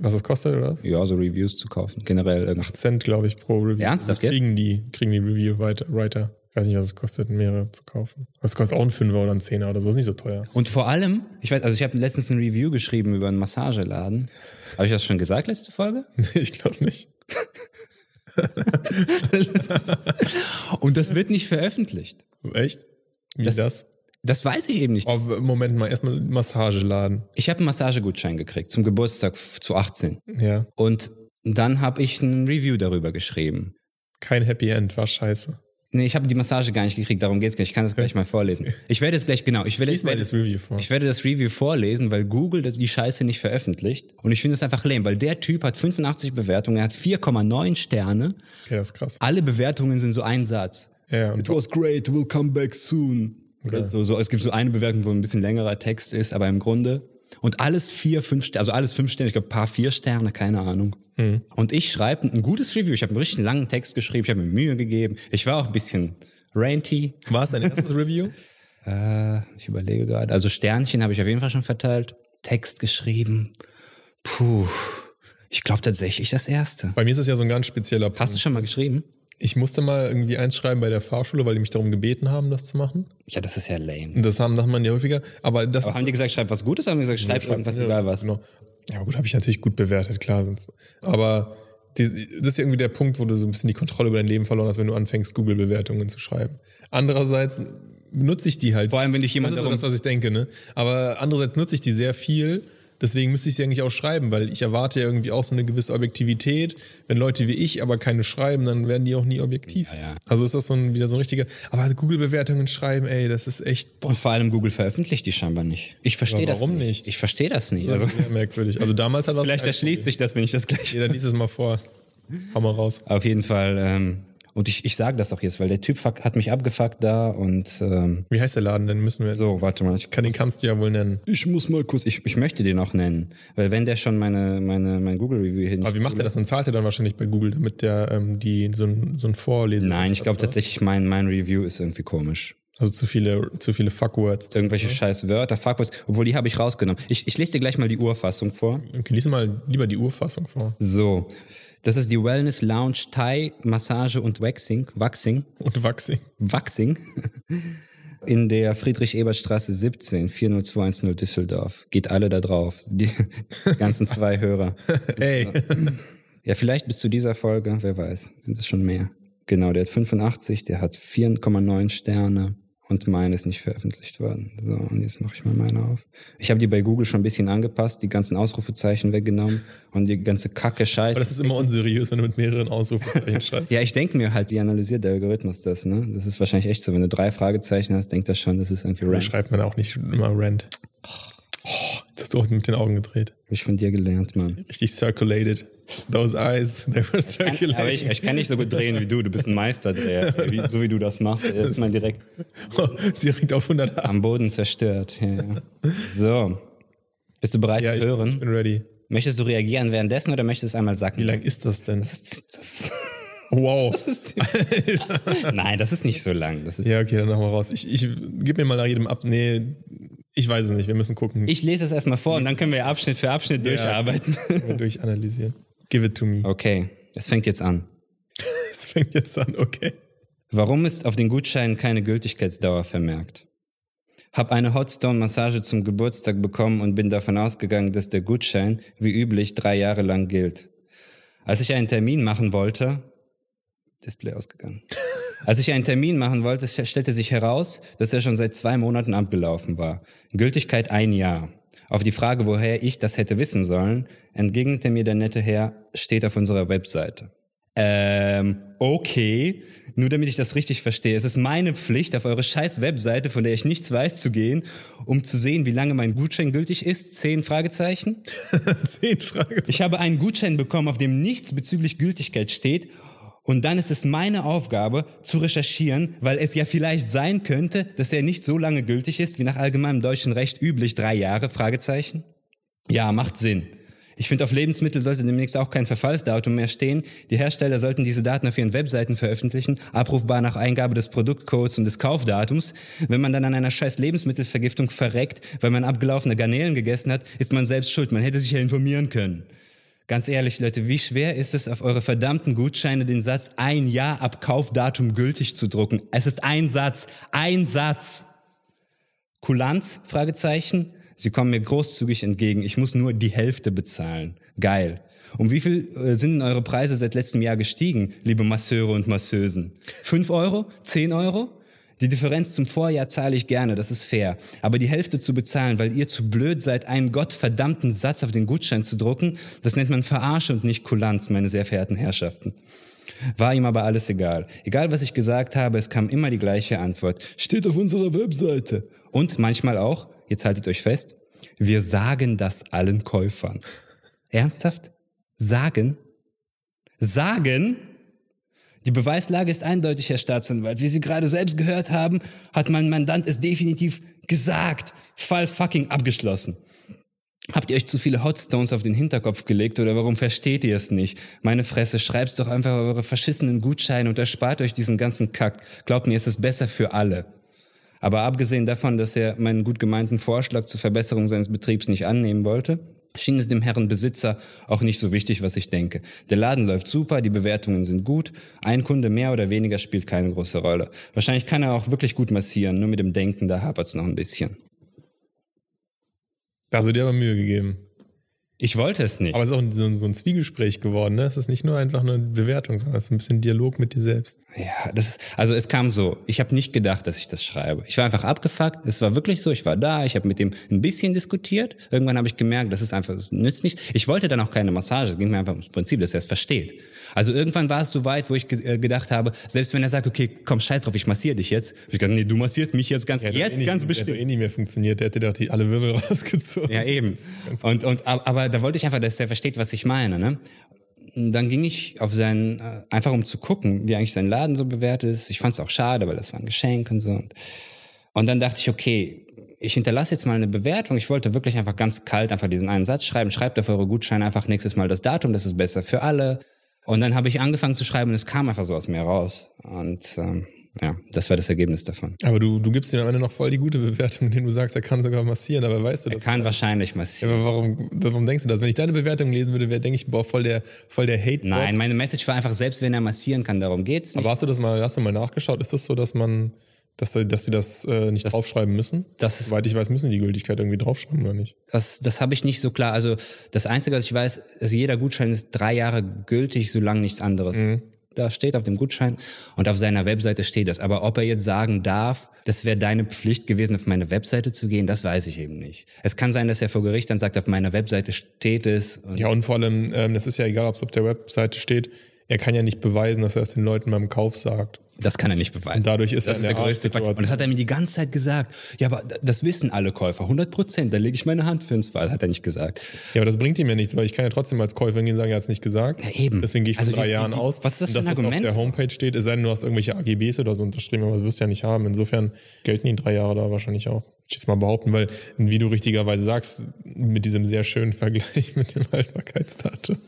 Speaker 2: Was es kostet, oder? was?
Speaker 3: Ja, so Reviews zu kaufen, generell. irgendwie.
Speaker 2: Cent, glaube ich, pro Review.
Speaker 3: Ernsthaft
Speaker 2: Die
Speaker 3: jetzt?
Speaker 2: kriegen die, kriegen die Review-Writer. Ich weiß nicht, was es kostet, mehrere zu kaufen. Das kostet auch ein Fünfer oder ein Zehner oder so. Ist nicht so teuer.
Speaker 3: Und vor allem, ich weiß, also ich habe letztens ein Review geschrieben über einen Massageladen. Habe ich das schon gesagt letzte Folge?
Speaker 2: ich glaube nicht.
Speaker 3: Oh, Und das wird nicht veröffentlicht.
Speaker 2: Echt? Wie das? das?
Speaker 3: Das weiß ich eben nicht.
Speaker 2: Oh, Moment mal, erstmal Massageladen.
Speaker 3: Ich habe einen Massagegutschein gekriegt zum Geburtstag f- zu 18.
Speaker 2: Ja.
Speaker 3: Und dann habe ich ein Review darüber geschrieben.
Speaker 2: Kein Happy End, war scheiße.
Speaker 3: Nee, ich habe die Massage gar nicht gekriegt, darum geht's nicht. Ich kann das gleich mal vorlesen. Ich werde es gleich, genau, ich werde,
Speaker 2: Lies
Speaker 3: ich
Speaker 2: mal
Speaker 3: werde,
Speaker 2: das Review vor.
Speaker 3: ich werde das Review vorlesen, weil Google das, die Scheiße nicht veröffentlicht. Und ich finde es einfach lame, weil der Typ hat 85 Bewertungen, er hat 4,9 Sterne.
Speaker 2: Okay, das ist krass.
Speaker 3: Alle Bewertungen sind so ein Satz.
Speaker 2: Ja, und
Speaker 3: It was Also, great, we'll come back soon. Oder so, so, es gibt so eine Bewertung, wo ein bisschen längerer Text ist, aber im Grunde. Und alles vier, fünf Sterne, also alles fünf Sterne, ich glaube, paar vier Sterne, keine Ahnung. Und ich schreibe ein gutes Review. Ich habe einen richtig langen Text geschrieben, ich habe mir Mühe gegeben. Ich war auch ein bisschen ranty.
Speaker 2: War es dein erstes Review?
Speaker 3: Äh, ich überlege gerade. Also Sternchen habe ich auf jeden Fall schon verteilt. Text geschrieben. Puh. Ich glaube tatsächlich das erste.
Speaker 2: Bei mir ist es ja so ein ganz spezieller Punkt.
Speaker 3: Hast du schon mal geschrieben?
Speaker 2: Ich musste mal irgendwie eins schreiben bei der Fahrschule, weil die mich darum gebeten haben, das zu machen.
Speaker 3: Ja, das ist ja lame.
Speaker 2: Und das haben macht man ja häufiger. Aber das
Speaker 3: Aber haben
Speaker 2: ist,
Speaker 3: die gesagt, schreib was Gutes? Haben die gesagt, schreib irgendwas, egal was?
Speaker 2: Genau. Ja, aber gut, habe ich natürlich gut bewertet, klar. Sonst. Aber die, das ist ja irgendwie der Punkt, wo du so ein bisschen die Kontrolle über dein Leben verloren hast, wenn du anfängst, Google-Bewertungen zu schreiben. Andererseits nutze ich die halt.
Speaker 3: Vor allem, wenn dich jemand
Speaker 2: das ist so
Speaker 3: darum-
Speaker 2: das, was ich denke, ne? Aber andererseits nutze ich die sehr viel. Deswegen müsste ich sie eigentlich auch schreiben, weil ich erwarte ja irgendwie auch so eine gewisse Objektivität. Wenn Leute wie ich aber keine schreiben, dann werden die auch nie objektiv.
Speaker 3: Ja, ja.
Speaker 2: Also ist das so ein, wieder so ein richtiger. Aber Google-Bewertungen schreiben, ey, das ist echt
Speaker 3: Und vor allem Google veröffentlicht die scheinbar nicht. Ich verstehe
Speaker 2: Ja,
Speaker 3: das
Speaker 2: warum nicht?
Speaker 3: Ich verstehe das nicht.
Speaker 2: Also,
Speaker 3: Also,
Speaker 2: sehr merkwürdig. Also damals hat was.
Speaker 3: vielleicht erschließt sich das, wenn ich das gleich.
Speaker 2: Jeder liest es mal vor. Hau mal raus.
Speaker 3: Auf jeden Fall. Ähm, und ich, ich sage das auch jetzt, weil der Typ fuck- hat mich abgefuckt da und ähm,
Speaker 2: Wie heißt der Laden denn? Müssen wir.
Speaker 3: so, warte mal. Ich,
Speaker 2: Kann den kannst du ja wohl nennen.
Speaker 3: ich muss mal kurz. Ich, ich möchte den auch nennen. Weil wenn der schon meine, meine, mein Google-Review hin.
Speaker 2: Aber wie macht er das? Dann zahlt er dann wahrscheinlich bei Google, damit der ähm, die, so, ein, so ein Vorlesen.
Speaker 3: Nein, ich glaube tatsächlich, mein, mein Review ist irgendwie komisch.
Speaker 2: Also zu viele, zu viele Fuckwords.
Speaker 3: Irgendwelche scheiß Wörter, Fuckwords, obwohl die habe ich rausgenommen. Ich, ich lese dir gleich mal die Urfassung vor.
Speaker 2: Okay, lies mal lieber die Urfassung vor.
Speaker 3: So, das ist die Wellness Lounge Thai Massage und Waxing, Waxing,
Speaker 2: Und Waxing.
Speaker 3: Waxing in der Friedrich-Ebert-Straße 17, 40210 Düsseldorf. Geht alle da drauf, die ganzen zwei Hörer.
Speaker 2: Ey.
Speaker 3: Ja, vielleicht bis zu dieser Folge, wer weiß, sind es schon mehr. Genau, der hat 85, der hat 4,9 Sterne und meine ist nicht veröffentlicht worden. So, und jetzt mache ich mal meine auf. Ich habe die bei Google schon ein bisschen angepasst, die ganzen Ausrufezeichen weggenommen und die ganze Kacke
Speaker 2: Aber das
Speaker 3: Scheiße.
Speaker 2: ist immer unseriös, wenn du mit mehreren Ausrufezeichen schreibst.
Speaker 3: Ja, ich denke mir halt, wie analysiert der Algorithmus das, ne? Das ist wahrscheinlich echt so. Wenn du drei Fragezeichen hast, denkt er schon, das ist irgendwie
Speaker 2: Da
Speaker 3: random.
Speaker 2: schreibt man auch nicht immer Rand. Oh, jetzt hast du auch mit den Augen gedreht.
Speaker 3: Hab ich von dir gelernt, Mann.
Speaker 2: Richtig circulated. Those eyes, they were circulating.
Speaker 3: Aber ich, ich kann nicht so gut drehen wie du, du bist ein Meisterdreher, ey, wie, so wie du das machst. ey, Das ist mal direkt
Speaker 2: Direkt Oh, auf 108.
Speaker 3: am Boden zerstört. Ja, ja. So. Bist du bereit
Speaker 2: Ja, ich
Speaker 3: zu hören?
Speaker 2: bin ready.
Speaker 3: Möchtest du reagieren währenddessen oder möchtest du es einmal sacken?
Speaker 2: Wie lang ist das denn?
Speaker 3: Das,
Speaker 2: Wow.
Speaker 3: ist Nein, das ist nicht so lang. Das ist,
Speaker 2: ja, okay, dann machen wir raus. Ich, ich gib mir mal nach jedem ab. Nee, ich weiß es nicht. Wir müssen gucken.
Speaker 3: Ich lese das erstmal vor und dann können wir Abschnitt für Abschnitt durcharbeiten.
Speaker 2: Mal durchanalysieren. Give it to me.
Speaker 3: Okay, es fängt jetzt an.
Speaker 2: Es fängt jetzt an, okay.
Speaker 3: Warum ist auf den Gutscheinen keine Gültigkeitsdauer vermerkt? Hab eine Hotstone-Massage zum Geburtstag bekommen und bin davon ausgegangen, dass der Gutschein, wie üblich, drei Jahre lang gilt. Als ich einen Termin machen wollte, Display ausgegangen. Als ich einen Termin machen wollte, stellte sich heraus, dass er schon seit zwei Monaten abgelaufen war. Gültigkeit ein Jahr. Auf die Frage, woher ich das hätte wissen sollen, entgegnete mir der nette Herr, steht auf unserer Webseite. Ähm, okay. Nur damit ich das richtig verstehe. Es ist meine Pflicht, auf eure scheiß Webseite, von der ich nichts weiß, zu gehen, um zu sehen, wie lange mein Gutschein gültig ist. Zehn Fragezeichen.
Speaker 2: Zehn Fragen.
Speaker 3: Ich habe einen Gutschein bekommen, auf dem nichts bezüglich Gültigkeit steht. Und dann ist es meine Aufgabe zu recherchieren, weil es ja vielleicht sein könnte, dass er nicht so lange gültig ist, wie nach allgemeinem deutschen Recht üblich drei Jahre? Fragezeichen. Ja, macht Sinn. Ich finde, auf Lebensmittel sollte demnächst auch kein Verfallsdatum mehr stehen. Die Hersteller sollten diese Daten auf ihren Webseiten veröffentlichen, abrufbar nach Eingabe des Produktcodes und des Kaufdatums. Wenn man dann an einer scheiß Lebensmittelvergiftung verreckt, weil man abgelaufene Garnelen gegessen hat, ist man selbst schuld. Man hätte sich ja informieren können. Ganz ehrlich, Leute, wie schwer ist es, auf eure verdammten Gutscheine den Satz ein Jahr ab Kaufdatum gültig zu drucken? Es ist ein Satz, ein Satz. Kulanz? Fragezeichen. Sie kommen mir großzügig entgegen. Ich muss nur die Hälfte bezahlen. Geil. Um wie viel äh, sind denn eure Preise seit letztem Jahr gestiegen, liebe Masseure und Masseusen? Fünf Euro? Zehn Euro? Die Differenz zum Vorjahr zahle ich gerne, das ist fair. Aber die Hälfte zu bezahlen, weil ihr zu blöd seid, einen gottverdammten Satz auf den Gutschein zu drucken, das nennt man Verarsche und nicht Kulanz, meine sehr verehrten Herrschaften. War ihm aber alles egal. Egal, was ich gesagt habe, es kam immer die gleiche Antwort. Steht auf unserer Webseite. Und manchmal auch, jetzt haltet euch fest, wir sagen das allen Käufern. Ernsthaft? Sagen? Sagen? Die Beweislage ist eindeutig, Herr Staatsanwalt. Wie Sie gerade selbst gehört haben, hat mein Mandant es definitiv gesagt. Fall fucking abgeschlossen. Habt ihr euch zu viele Hotstones auf den Hinterkopf gelegt oder warum versteht ihr es nicht? Meine Fresse, schreibt's doch einfach auf eure verschissenen Gutscheine und erspart euch diesen ganzen Kack. Glaubt mir, es ist besser für alle. Aber abgesehen davon, dass er meinen gut gemeinten Vorschlag zur Verbesserung seines Betriebs nicht annehmen wollte, schien es dem Herren Besitzer auch nicht so wichtig, was ich denke. Der Laden läuft super, die Bewertungen sind gut, ein Kunde mehr oder weniger spielt keine große Rolle. Wahrscheinlich kann er auch wirklich gut massieren, nur mit dem Denken, da hapert's noch ein bisschen.
Speaker 2: Da hast du dir aber Mühe gegeben.
Speaker 3: Ich wollte es nicht.
Speaker 2: Aber es ist auch so ein, so ein Zwiegespräch geworden, ne? Es ist nicht nur einfach eine Bewertung, sondern es ist ein bisschen Dialog mit dir selbst.
Speaker 3: Ja, das ist, also es kam so. Ich habe nicht gedacht, dass ich das schreibe. Ich war einfach abgefuckt. Es war wirklich so. Ich war da. Ich habe mit dem ein bisschen diskutiert. Irgendwann habe ich gemerkt, das ist einfach, das nützt nichts. Ich wollte dann auch keine Massage. Es ging mir einfach ums Prinzip, dass er es versteht. Also irgendwann war es so weit, wo ich ge äh, gedacht habe, selbst wenn er sagt, okay, komm, scheiß drauf, ich massiere dich jetzt. Hab Ich gesagt, nee, du massierst mich jetzt ganz,
Speaker 2: Der hat eh
Speaker 3: jetzt
Speaker 2: nicht-
Speaker 3: ganz
Speaker 2: Der
Speaker 3: bestimmt.
Speaker 2: hat doch eh nicht mehr funktioniert. Der hätte doch die, alle Wirbel rausgezogen.
Speaker 3: Ja, eben. Und, und, ab- aber da wollte ich einfach, dass er versteht, was ich meine. Ne? Dann ging ich auf seinen, äh, einfach um zu gucken, wie eigentlich sein Laden so bewertet ist. Ich fand es auch schade, weil das war ein Geschenk und so. Und, und dann dachte ich, okay, ich hinterlasse jetzt mal eine Bewertung. Ich wollte wirklich einfach ganz kalt einfach diesen einen Satz schreiben. Schreibt auf eure Gutscheine einfach nächstes Mal das Datum, das ist besser für alle. Und dann habe ich angefangen zu schreiben und es kam einfach so aus mir raus. Und ähm, ja, das war das Ergebnis davon.
Speaker 2: Aber du, du gibst ihm am Ende noch voll die gute Bewertung, indem du sagst, er kann sogar massieren, aber weißt du
Speaker 3: Er
Speaker 2: das?
Speaker 3: kann wahrscheinlich
Speaker 2: Ja,
Speaker 3: massiv.
Speaker 2: aber warum, warum denkst du das? Wenn ich deine Bewertung lesen würde, wäre, denke ich, boah, voll der, voll der hate -Bot.
Speaker 3: Nein, meine Message war einfach, selbst wenn er massieren kann, darum geht's nicht.
Speaker 2: Aber hast du das mal, hast du mal nachgeschaut? Ist das so, dass man, dass, die- dass die das äh, nicht draufschreiben müssen?
Speaker 3: das ist-
Speaker 2: Soweit ich weiß, müssen die Gültigkeit irgendwie draufschreiben oder nicht?
Speaker 3: das, das habe ich nicht so klar. Also das Einzige, was ich weiß, ist, jeder Gutschein ist drei Jahre gültig, solange nichts anderes.
Speaker 2: Mhm.
Speaker 3: Da steht auf dem Gutschein und auf seiner Webseite steht das. Aber ob er jetzt sagen darf, das wäre deine Pflicht gewesen, auf meine Webseite zu gehen, das weiß ich eben nicht. Es kann sein, dass er vor Gericht dann sagt, auf meiner Webseite steht es. Und
Speaker 2: Ja, und vor allem, ähm, das ist ja egal, ob es auf der Webseite steht. Er kann ja nicht beweisen, dass er es den Leuten beim Kauf sagt.
Speaker 3: Das kann er nicht beweisen.
Speaker 2: Und dadurch ist
Speaker 3: das
Speaker 2: er in
Speaker 3: der
Speaker 2: der
Speaker 3: größte Quatsch. Und das
Speaker 2: Arschsituation.
Speaker 3: hat er mir die ganze Zeit gesagt. Ja, aber d- das wissen alle Käufer, 100 Prozent. Da lege ich meine Hand für ins Fall, hat er nicht gesagt.
Speaker 2: Ja, aber das bringt ihm ja nichts, weil ich kann ja trotzdem als Käufer hingehen und sagen, er hat es nicht gesagt.
Speaker 3: Ja, eben.
Speaker 2: Deswegen gehe ich von
Speaker 3: Also
Speaker 2: drei
Speaker 3: die- die-
Speaker 2: Jahren
Speaker 3: die-
Speaker 2: aus.
Speaker 3: was ist das
Speaker 2: Und
Speaker 3: für ein Argument?
Speaker 2: was auf der Homepage steht, es sei denn, du hast irgendwelche AGBs oder so unterschrieben, aber das wirst du ja nicht haben. Insofern gelten die drei Jahre da wahrscheinlich auch. Würde Ich jetzt mal behaupten, weil, wie du richtigerweise sagst, mit diesem sehr schönen Vergleich mit dem Haltbarkeitsdatum,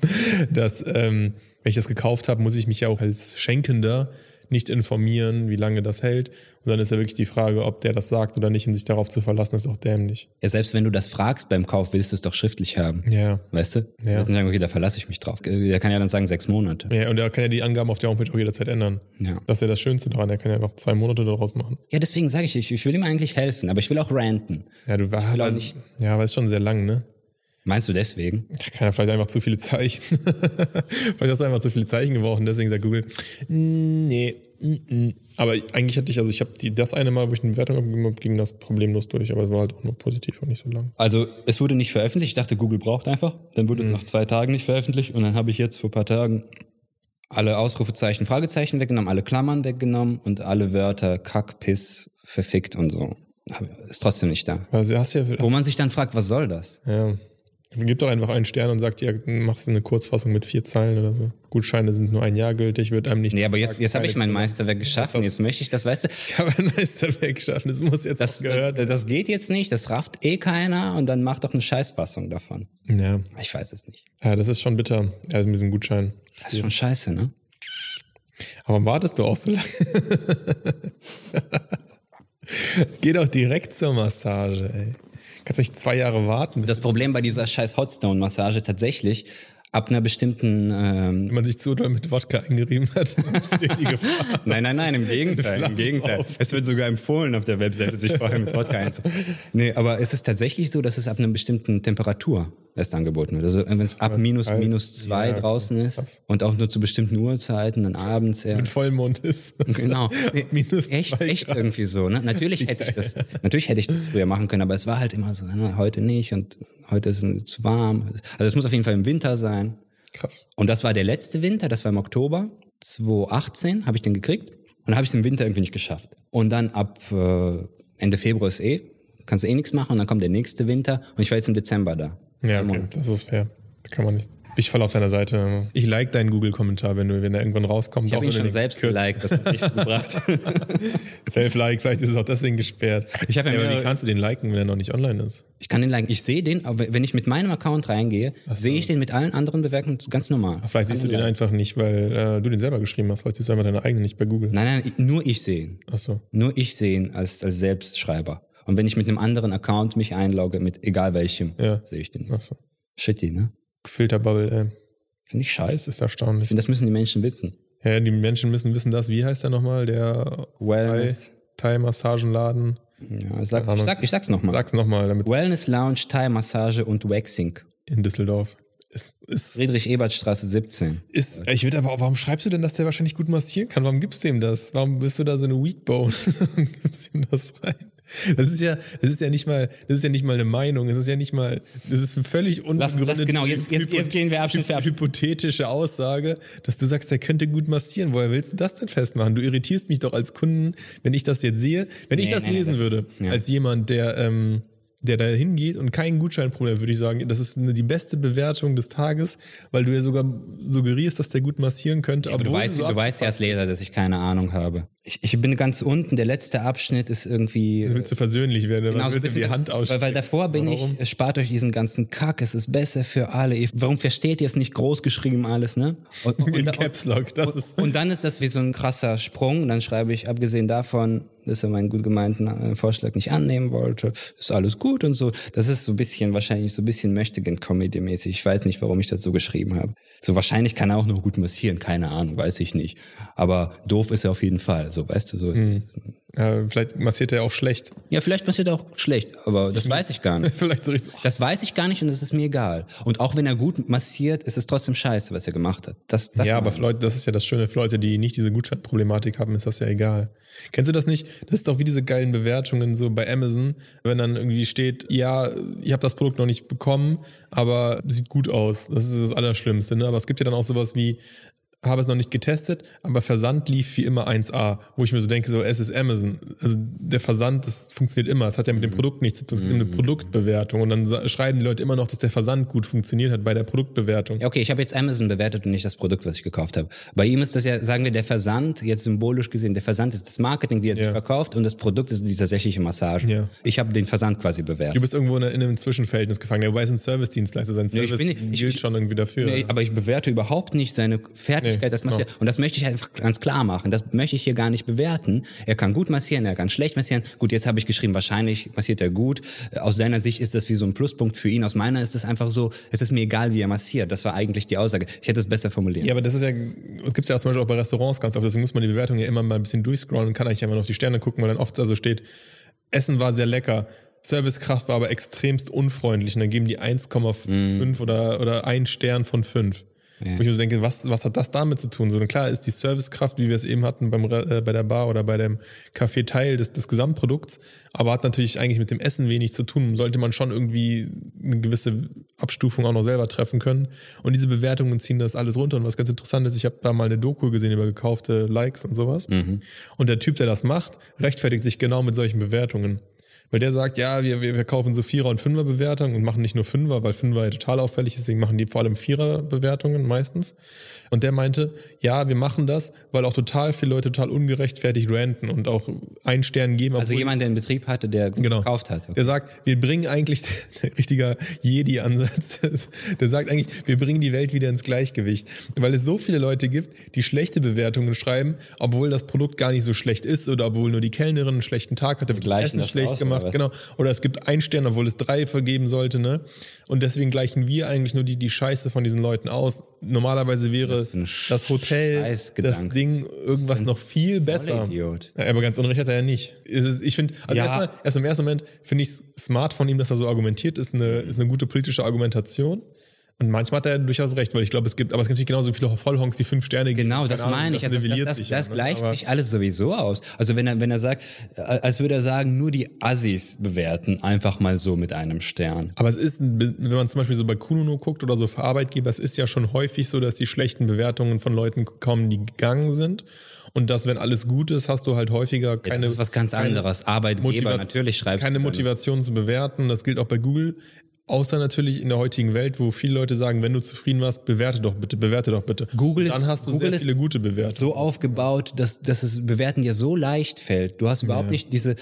Speaker 2: dass ähm, wenn ich das gekauft habe, muss ich mich ja auch als Schenkender nicht informieren, wie lange das hält. Und dann ist ja wirklich die Frage, ob der das sagt oder nicht und sich darauf zu verlassen, ist auch dämlich.
Speaker 3: Ja, selbst wenn du das fragst beim Kauf, willst du es doch schriftlich haben.
Speaker 2: Ja.
Speaker 3: Weißt du?
Speaker 2: Ja.
Speaker 3: Das sind sagen, okay, da verlasse ich mich drauf. Äh, Der kann ja dann sagen, sechs Monate.
Speaker 2: Ja, und er kann ja die Angaben auf der Homepage auch jederzeit ändern.
Speaker 3: Ja.
Speaker 2: Das ist ja das Schönste daran. Er kann ja noch zwei Monate daraus machen.
Speaker 3: Ja, deswegen sage ich, ich, ich will ihm eigentlich helfen, aber ich will auch ranten.
Speaker 2: Ja, du war
Speaker 3: will auch
Speaker 2: aber,
Speaker 3: nicht-
Speaker 2: Ja, aber ist schon sehr lang, ne?
Speaker 3: Meinst du deswegen?
Speaker 2: Da kann er vielleicht einfach zu viele Zeichen. vielleicht hast du einfach zu viele Zeichen gebraucht und deswegen sagt Google, "Mm, nee. mm, mm." Aber eigentlich hatte ich, also ich habe die, das eine Mal, wo ich eine Bewertung abgegeben habe, ging das problemlos durch, aber es war halt auch nur positiv und nicht so lang.
Speaker 3: Also es wurde nicht veröffentlicht. Ich dachte, Google braucht einfach. Dann wurde es nach zwei Tagen nicht veröffentlicht. Und dann habe ich jetzt vor ein paar Tagen alle Ausrufezeichen, Fragezeichen weggenommen, alle Klammern weggenommen und alle Wörter Kack, Piss, verfickt und so. Hab- Ist trotzdem nicht da.
Speaker 2: Also hast ja,
Speaker 3: Wo man sich dann fragt, was soll das?
Speaker 2: ja. Gib doch einfach einen Stern und sagt, ja, machst du eine Kurzfassung mit vier Zeilen oder so. Gutscheine sind nur ein Jahr gültig, wird einem nicht.
Speaker 3: Nee, aber jetzt, jetzt habe ich mein Meisterwerk geschaffen. Jetzt möchte ich das, weißt du,
Speaker 2: Ich habe ein Meisterwerk geschaffen, das muss jetzt
Speaker 3: das,
Speaker 2: auch gehört.
Speaker 3: das, das geht jetzt nicht. Das rafft eh keiner. Und dann macht doch eine Scheißfassung davon.
Speaker 2: ja.
Speaker 3: Ich weiß es nicht.
Speaker 2: ja, das ist schon bitter. Also mit diesem Gutschein.
Speaker 3: Das ist schon scheiße, ne?
Speaker 2: Aber wartest du auch so lange? Geh doch direkt zur Massage, ey. Kannst nicht zwei Jahre warten, bis
Speaker 3: Das Problem bei dieser scheiß Hotstone-Massage tatsächlich, ab einer bestimmten... Ähm,
Speaker 2: man sich zu doll mit Wodka eingerieben hat. Steht die Gefahr.
Speaker 3: nein, nein, nein, im Gegenteil,
Speaker 2: Flammen
Speaker 3: im Gegenteil.
Speaker 2: auf.
Speaker 3: Es wird sogar empfohlen auf der Webseite, sich vorher mit Wodka einzubauen. Nee, aber es ist tatsächlich so, dass es ab einer bestimmten Temperatur erst angeboten wird. Also wenn es ab minus,
Speaker 2: kalt.
Speaker 3: minus zwei
Speaker 2: halt. Ja, okay,
Speaker 3: draußen ist
Speaker 2: krass.
Speaker 3: und auch nur zu bestimmten Uhrzeiten, dann abends
Speaker 2: Wenn
Speaker 3: erst.
Speaker 2: Vollmond ist.
Speaker 3: Genau. Nee,
Speaker 2: Minus
Speaker 3: echt,
Speaker 2: zwei
Speaker 3: echt
Speaker 2: Grad.
Speaker 3: irgendwie so. Ne? Natürlich hätte ich das, natürlich hätte ich das früher machen können, aber es war halt immer so, ne? heute nicht und heute ist es zu warm. Also es muss auf jeden Fall im Winter sein.
Speaker 2: Krass.
Speaker 3: Und das war der letzte Winter, das war im Oktober 2018, habe ich den gekriegt und habe ich es im Winter irgendwie nicht geschafft. Und dann ab äh, Ende Februar ist eh, kannst du eh nichts machen und dann kommt der nächste Winter und ich war jetzt im Dezember da.
Speaker 2: Ja, okay, das ist fair. Da kann man nicht. Ich falle auf deiner Seite. Ich like deinen Google-Kommentar, wenn, du- wenn er irgendwann rauskommt.
Speaker 3: Ich habe ihn schon selbst geliked, das hat nichts gebracht.
Speaker 2: Self-like, vielleicht ist es auch deswegen gesperrt.
Speaker 3: Ich hab ja
Speaker 2: aber
Speaker 3: mehrere-
Speaker 2: wie kannst du den liken, wenn er noch nicht online ist?
Speaker 3: Ich kann den liken, ich sehe den, aber wenn ich mit meinem Account reingehe, sehe ich den mit allen anderen Bewertungen ganz normal.
Speaker 2: Vielleicht siehst du den einfach nicht, weil äh, du den selber geschrieben hast. Vielleicht siehst du einfach deine eigene nicht bei Google.
Speaker 3: Nein, nein, ich- nur ich sehe ihn.
Speaker 2: Achso.
Speaker 3: Nur ich sehe ihn als, als Selbstschreiber. Und wenn ich mit einem anderen Account mich einlogge, mit egal welchem,
Speaker 2: Ja.
Speaker 3: sehe ich den. nicht.
Speaker 2: Achso.
Speaker 3: Shitty, ne?
Speaker 2: Filterbubble, ey.
Speaker 3: Finde ich scheiße.
Speaker 2: Das ist erstaunlich.
Speaker 3: Und das müssen die Menschen wissen.
Speaker 2: Ja, die Menschen müssen wissen das. Wie heißt der nochmal? Der
Speaker 3: Wellness.
Speaker 2: Thai-Massagenladen.
Speaker 3: Ja, ich, sag,
Speaker 2: Keine
Speaker 3: ich,
Speaker 2: Ahnung.
Speaker 3: sag, ich sag's nochmal.
Speaker 2: Sag's nochmal, damit
Speaker 3: Wellness Lounge, Thai-Massage und Waxing.
Speaker 2: in Düsseldorf. Ist, ist,
Speaker 3: Friedrich-Ebert-Straße 17.
Speaker 2: ist, ich würde aber, auch- warum schreibst du denn, dass der wahrscheinlich gut massieren kann? Warum gibst du ihm das? Warum bist du da so eine Weakbone? Warum gibst du ihm das rein? Das ist ja, das ist ja nicht mal, das ist ja nicht mal eine Meinung. Es ist ja nicht mal, das ist ein völlig unbegründete,
Speaker 3: genau, jetzt- jetzt- jetzt gehen wir Abschnitt für Abschnitt.
Speaker 2: hypothetische Aussage, dass du sagst, der könnte gut massieren. Woher willst du das denn festmachen? Du irritierst mich doch als Kunden, wenn ich das jetzt sehe. Wenn ich
Speaker 3: Nee,
Speaker 2: das
Speaker 3: nee, nee,
Speaker 2: lesen
Speaker 3: das ist-
Speaker 2: würde,
Speaker 3: ja.
Speaker 2: als jemand, der, ähm, der da hingeht und kein Gutscheinproblem, hat, würde ich sagen, das ist eine, die beste Bewertung des Tages, weil du ja sogar suggerierst, dass der gut massieren könnte.
Speaker 3: Aber du
Speaker 2: obwohl
Speaker 3: weißt,
Speaker 2: so
Speaker 3: du
Speaker 2: ab-
Speaker 3: weißt ja als Leser, dass ich keine Ahnung habe. Ich, ich bin ganz unten, der letzte Abschnitt ist irgendwie.
Speaker 2: Du willst du versöhnlich werden, oder
Speaker 3: Genau,
Speaker 2: was
Speaker 3: so ein
Speaker 2: willst du
Speaker 3: bisschen-
Speaker 2: die Hand
Speaker 3: weil,
Speaker 2: ausstrecken?
Speaker 3: weil davor bin
Speaker 2: Warum?
Speaker 3: ich, spart euch diesen ganzen Kack, es ist besser für alle. Ihr- Warum versteht ihr es nicht groß geschrieben alles, ne? Und, und,
Speaker 2: In
Speaker 3: und,
Speaker 2: Caps Lock, das ist...
Speaker 3: und dann ist das wie so ein krasser Sprung. Dann schreibe ich, abgesehen davon, dass er meinen gut gemeinten äh, Vorschlag nicht annehmen wollte, ist alles gut und so. Das ist so ein bisschen, wahrscheinlich so ein bisschen Möchtegern-Comedy-mäßig. Ich weiß nicht, warum ich das so geschrieben habe. So wahrscheinlich kann er auch noch gut massieren, keine Ahnung, weiß ich nicht. Aber doof ist er auf jeden Fall, so weißt du, so ist
Speaker 2: Hm.
Speaker 3: es.
Speaker 2: Ja, vielleicht massiert er auch schlecht.
Speaker 3: Ja, vielleicht passiert er auch schlecht, aber
Speaker 2: Hm.
Speaker 3: das weiß ich gar nicht.
Speaker 2: vielleicht so richtig...
Speaker 3: Das weiß ich gar nicht und das ist mir egal. Und auch wenn er gut massiert, ist es trotzdem scheiße, was er gemacht hat. Das, das
Speaker 2: ja,
Speaker 3: meine
Speaker 2: aber
Speaker 3: ich.
Speaker 2: für Leute, das ist ja das Schöne. Für Leute, die nicht diese Gutscheinproblematik haben, ist das ja egal. Kennst du das nicht? Das ist doch wie diese geilen Bewertungen so bei Amazon, wenn dann irgendwie steht, ja, ich habe das Produkt noch nicht bekommen, aber sieht gut aus. Das ist das Allerschlimmste. Ne? Aber es gibt ja dann auch sowas wie, habe es noch nicht getestet, aber Versand lief wie immer 1A, wo ich mir so denke, so es ist Amazon. Also der Versand, das funktioniert immer. Es hat ja mit dem Produkt nichts zu tun, es gibt eine Produktbewertung. Und dann sa- schreiben die Leute immer noch, dass der Versand gut funktioniert hat bei der Produktbewertung.
Speaker 1: Ja, okay, ich habe jetzt Amazon bewertet und nicht das Produkt, was ich gekauft habe. Bei ihm ist das ja, sagen wir, der Versand, jetzt symbolisch gesehen, der Versand ist das Marketing, wie er sich
Speaker 2: Ja.
Speaker 1: verkauft und das Produkt ist die tatsächliche Massage.
Speaker 2: Ja.
Speaker 1: Ich habe den Versand quasi bewertet.
Speaker 2: Du bist irgendwo in, in einem Zwischenverhältnis gefangen. Ja, wobei es ein Service-Dienstleister sein
Speaker 1: ich
Speaker 2: Service
Speaker 1: bin nicht- ich-
Speaker 2: gilt schon irgendwie dafür.
Speaker 1: Nee, aber ich bewerte überhaupt nicht seine Fertigkeit.
Speaker 2: Nee, genau.
Speaker 1: das massieren. Und das möchte ich einfach ganz klar machen. Das möchte ich hier gar nicht bewerten. Er kann gut massieren, er kann schlecht massieren. Gut, jetzt habe ich geschrieben, wahrscheinlich massiert er gut. Aus seiner Sicht ist das wie so ein Pluspunkt für ihn. Aus meiner ist es einfach so, es ist mir egal, wie er massiert. Das war eigentlich die Aussage. Ich hätte es besser formuliert.
Speaker 2: Ja, aber das ist ja, das gibt's ja zum Beispiel auch bei Restaurants ganz oft, deswegen muss man die Bewertung ja immer mal ein bisschen durchscrollen und kann eigentlich einfach nur auf die Sterne gucken, weil dann oft also steht, Essen war sehr lecker, Servicekraft war aber extremst unfreundlich und dann geben die 1,5 oder, oder ein Stern von 5. Wo ich mir so denke, was, was hat das damit zu tun? So, und klar ist die Servicekraft, wie wir es eben hatten beim, Re- äh, bei der Bar oder bei dem Café Teil des, des Gesamtprodukts, aber hat natürlich eigentlich mit dem Essen wenig zu tun. Sollte man schon irgendwie eine gewisse Abstufung auch noch selber treffen können. Und diese Bewertungen ziehen das alles runter. Und was ganz interessant ist, ich habe da mal eine Doku gesehen über gekaufte Likes und sowas. Und der Typ, der das macht, rechtfertigt sich genau mit solchen Bewertungen. Weil der sagt, ja, wir, wir, wir kaufen so Vierer- und Fünfer-Bewertungen und machen nicht nur Fünfer, weil Fünfer ja total auffällig ist, deswegen machen die vor allem Vierer-Bewertungen meistens. Und der meinte, ja, wir machen das, weil auch total viele Leute total ungerechtfertigt ranten und auch einen Stern geben.
Speaker 1: also
Speaker 2: obwohl-
Speaker 1: jemand, der einen Betrieb hatte, der
Speaker 2: genau.
Speaker 1: gekauft hat.
Speaker 2: Der sagt, wir bringen eigentlich, der richtiger Jedi-Ansatz, der sagt eigentlich, wir bringen die Welt wieder ins Gleichgewicht. Weil es so viele Leute gibt, die schlechte Bewertungen schreiben, obwohl das Produkt gar nicht so schlecht ist oder obwohl nur die Kellnerin einen schlechten Tag hatte, wird das
Speaker 1: gleichen
Speaker 2: Essen
Speaker 1: das
Speaker 2: schlecht
Speaker 1: aus,
Speaker 2: gemacht.
Speaker 1: oder was?
Speaker 2: genau. Oder es gibt einen Stern, obwohl es drei vergeben sollte. Ne? Und deswegen gleichen wir eigentlich nur die, die Scheiße von diesen Leuten aus. Normalerweise wäre
Speaker 1: für ein
Speaker 2: das, Hotel, das
Speaker 1: Scheißgedanke.
Speaker 2: Ding irgendwas noch viel besser.
Speaker 1: Vollidiot.
Speaker 2: Ja, Aber ganz unrecht hat er ja nicht. Es ist- Ich finde, also
Speaker 1: Ja.
Speaker 2: erstmal, erst im ersten Moment finde ich es smart von ihm, dass er so argumentiert, ist eine, ist eine gute politische Argumentation. Und manchmal hat er durchaus recht, weil ich glaube, es gibt, aber es gibt natürlich genauso viele Vollhonks, die fünf Sterne geben.
Speaker 1: Genau,
Speaker 2: Keine
Speaker 1: das
Speaker 2: Ahnung,
Speaker 1: meine ich. Also das
Speaker 2: nivelliert
Speaker 1: das, das,
Speaker 2: sich ja, ne?
Speaker 1: gleicht
Speaker 2: Aber
Speaker 1: sich alles sowieso aus. Also wenn er, wenn er sagt, äh, als würde er sagen, nur die Assis bewerten, einfach mal so mit einem Stern.
Speaker 2: Aber es ist, ein- wenn man zum Beispiel so bei Kununu guckt oder so für Arbeitgeber, es ist ja schon häufig so, dass die schlechten Bewertungen von Leuten kommen, die gegangen sind. Und dass, wenn alles gut ist, hast du halt häufiger keine.
Speaker 1: das ist was ganz
Speaker 2: keine
Speaker 1: anderes. Arbeitgeber
Speaker 2: Motiva-
Speaker 1: natürlich schreibst
Speaker 2: Keine
Speaker 1: du dann.
Speaker 2: Motivation zu bewerten. Das gilt auch bei Google. Außer natürlich in der heutigen Welt, wo viele Leute sagen, wenn du zufrieden warst, bewerte doch bitte, bewerte doch bitte.
Speaker 1: Google
Speaker 2: Und dann
Speaker 1: ist-
Speaker 2: hast du
Speaker 1: Google
Speaker 2: sehr
Speaker 1: ist
Speaker 2: viele gute Bewertungen.
Speaker 1: so aufgebaut, dass, dass es Bewerten dir so leicht fällt. Du hast überhaupt nicht diese,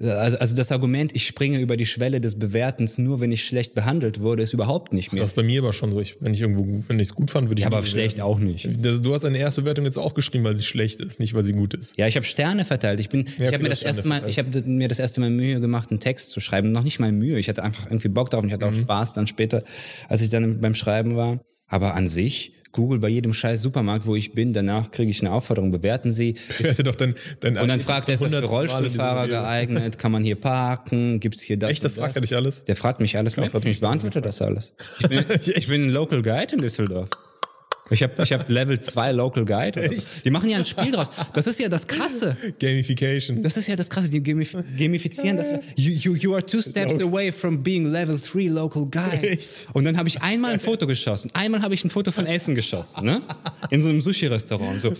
Speaker 1: äh, also, also das Argument, ich springe über die Schwelle des Bewertens, nur wenn ich schlecht behandelt wurde, ist überhaupt nicht mehr.
Speaker 2: Das ist bei mir aber schon so. Ich, wenn ich irgendwo, wenn ich es gut fand, würde ich.
Speaker 1: ja, aber
Speaker 2: bewerten.
Speaker 1: schlecht auch nicht.
Speaker 2: Das, du hast deine erste Bewertung jetzt auch geschrieben, weil sie schlecht ist, nicht weil sie gut ist.
Speaker 1: Ja, ich habe Sterne verteilt. Ich bin, ich
Speaker 2: okay,
Speaker 1: habe mir
Speaker 2: das
Speaker 1: das erste
Speaker 2: Sterne
Speaker 1: Mal, ich habe mir das erste Mal Mühe gemacht, einen Text zu schreiben. Noch nicht mal Mühe. Ich hatte einfach irgendwie Bock drauf und ich hatte auch
Speaker 2: Mhm.
Speaker 1: Spaß dann später, als ich dann beim Schreiben war. Aber an sich, Google bei jedem scheiß Supermarkt, wo ich bin, danach kriege ich eine Aufforderung, bewerten Sie.
Speaker 2: Bewerte doch dein, dein
Speaker 1: Und dann fragt er, ist das für Rollstuhlfahrer geeignet? Kann man hier parken? Gibt's hier das?
Speaker 2: Echt,
Speaker 1: und
Speaker 2: das fragt er dich alles?
Speaker 1: Der fragt mich alles. Krass,
Speaker 2: hat
Speaker 1: hat
Speaker 2: mich
Speaker 1: mich beantwortet das alles. Ich bin, ich bin ein Local Guide in Düsseldorf. Ich habe ich hab Level 2 Local Guide. Oder so. Die machen ja ein Spiel draus. Das ist ja das Krasse.
Speaker 2: Gamification.
Speaker 1: Das ist ja das Krasse, die gamif gamifizieren das. You, you, you are two steps away from being level 3 local guy.
Speaker 2: Echt?
Speaker 1: Und dann habe ich einmal ein Foto geschossen. Einmal habe ich ein Foto von Essen geschossen, ne? In so einem Sushi-Restaurant. So,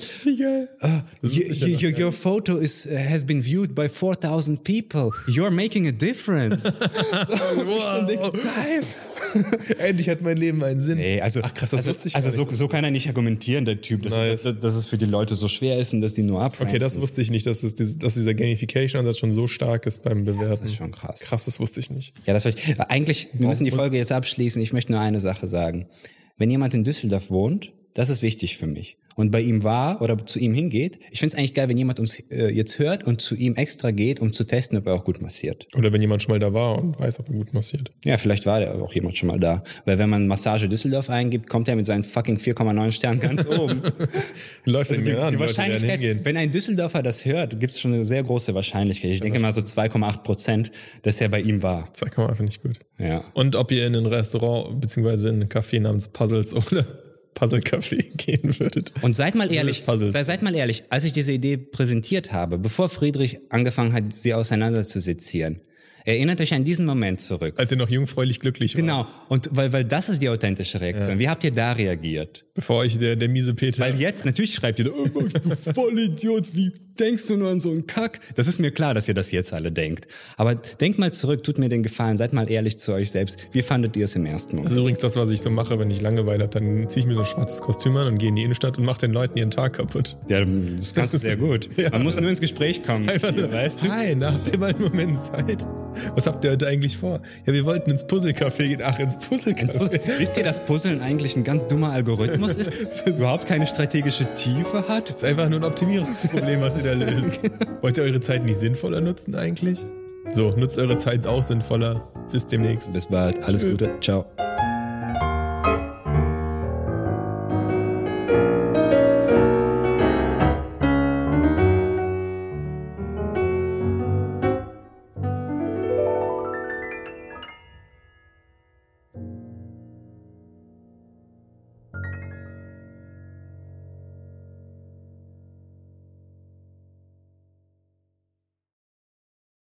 Speaker 2: Ah, Das
Speaker 1: You-
Speaker 2: ist sicher
Speaker 1: you-
Speaker 2: noch
Speaker 1: your, your photo is, uh, has been viewed by 4000 people. You're making a difference.
Speaker 2: Wow. Endlich hat mein Leben einen Sinn.
Speaker 3: Ey, also,
Speaker 2: Ach krass, das
Speaker 3: also,
Speaker 2: wusste ich
Speaker 3: also
Speaker 2: gar
Speaker 3: so,
Speaker 2: nicht.
Speaker 3: so kann er nicht argumentieren, der Typ, dass,
Speaker 2: Nice.
Speaker 3: dass, dass es für die Leute so schwer ist und dass die nur abfahren.
Speaker 2: Okay, das wusste ich nicht, dass, es, diese- dass dieser Gamification-Ansatz schon so stark ist beim Bewerten. Das ist
Speaker 1: schon krass.
Speaker 2: Krass, das wusste ich nicht.
Speaker 1: Ja, das war ich. Eigentlich, wir müssen die Folge jetzt abschließen. Ich möchte nur eine Sache sagen. Wenn jemand in Düsseldorf wohnt, das ist wichtig für mich. Und bei ihm war oder zu ihm hingeht, ich find's eigentlich geil, wenn jemand uns äh, jetzt hört und zu ihm extra geht, um zu testen, ob er auch gut massiert.
Speaker 2: Oder wenn jemand schon mal da war und weiß, ob er gut massiert.
Speaker 1: Ja, vielleicht war da auch jemand schon mal da. Weil wenn man Massage Düsseldorf eingibt, kommt er mit seinen fucking 4,9 Sternen ganz oben.
Speaker 2: Läuft also
Speaker 1: Die,
Speaker 2: an,
Speaker 1: die
Speaker 2: Leute werden
Speaker 1: Wahrscheinlichkeit,
Speaker 2: hingehen.
Speaker 1: wenn ein Düsseldorfer das hört, gibt's schon eine sehr große Wahrscheinlichkeit. Ich denke mal so 2,8 Prozent, dass er bei ihm war.
Speaker 2: 2,1 finde ich gut.
Speaker 1: Ja.
Speaker 2: Und ob ihr in ein Restaurant bzw. in ein Café namens Puzzles oder Puzzle Café gehen würdet.
Speaker 1: Und seid mal ehrlich,
Speaker 2: Puzzles.
Speaker 1: sei, seid mal ehrlich, als ich diese Idee präsentiert habe, bevor Friedrich angefangen hat, sie auseinander zu sezieren, Erinnert euch an diesen Moment zurück.
Speaker 2: Als ihr noch jungfräulich glücklich wart.
Speaker 1: Genau, und weil, weil das ist die authentische Reaktion. Wie habt ihr da reagiert?
Speaker 2: Bevor euch der, der miese Peter.
Speaker 1: Weil jetzt, natürlich schreibt ihr, da, oh, Max, du Vollidiot, wie denkst du nur an so einen Kack? Das ist mir klar, dass ihr das jetzt alle denkt. Aber denkt mal zurück, tut mir den Gefallen, seid mal ehrlich zu euch selbst. Wie fandet ihr es im ersten Moment?
Speaker 2: Das ist übrigens das, was ich so mache, wenn ich Langeweile habe. Dann ziehe ich mir so ein schwarzes Kostüm an und gehe in die Innenstadt und mache den Leuten ihren Tag kaputt.
Speaker 1: Ja, das kannst du sehr gut. Man muss nur ins Gespräch kommen.
Speaker 2: Einfach nur,
Speaker 1: weißt du?
Speaker 2: Hi, na, habt ihr mal einen Moment Zeit? Was habt ihr heute eigentlich vor? Ja, wir wollten ins Puzzlecafé gehen. Ach, ins Puzzlecafé.
Speaker 1: Wisst ihr, dass Puzzeln eigentlich ein ganz dummer Algorithmus ist, überhaupt keine strategische Tiefe hat?
Speaker 2: ist einfach nur ein Optimierungsproblem, was ihr da löst. Wollt ihr eure Zeit nicht sinnvoller nutzen eigentlich? So, nutzt eure Zeit auch sinnvoller. Bis demnächst.
Speaker 1: Bis bald, alles Gute, ciao.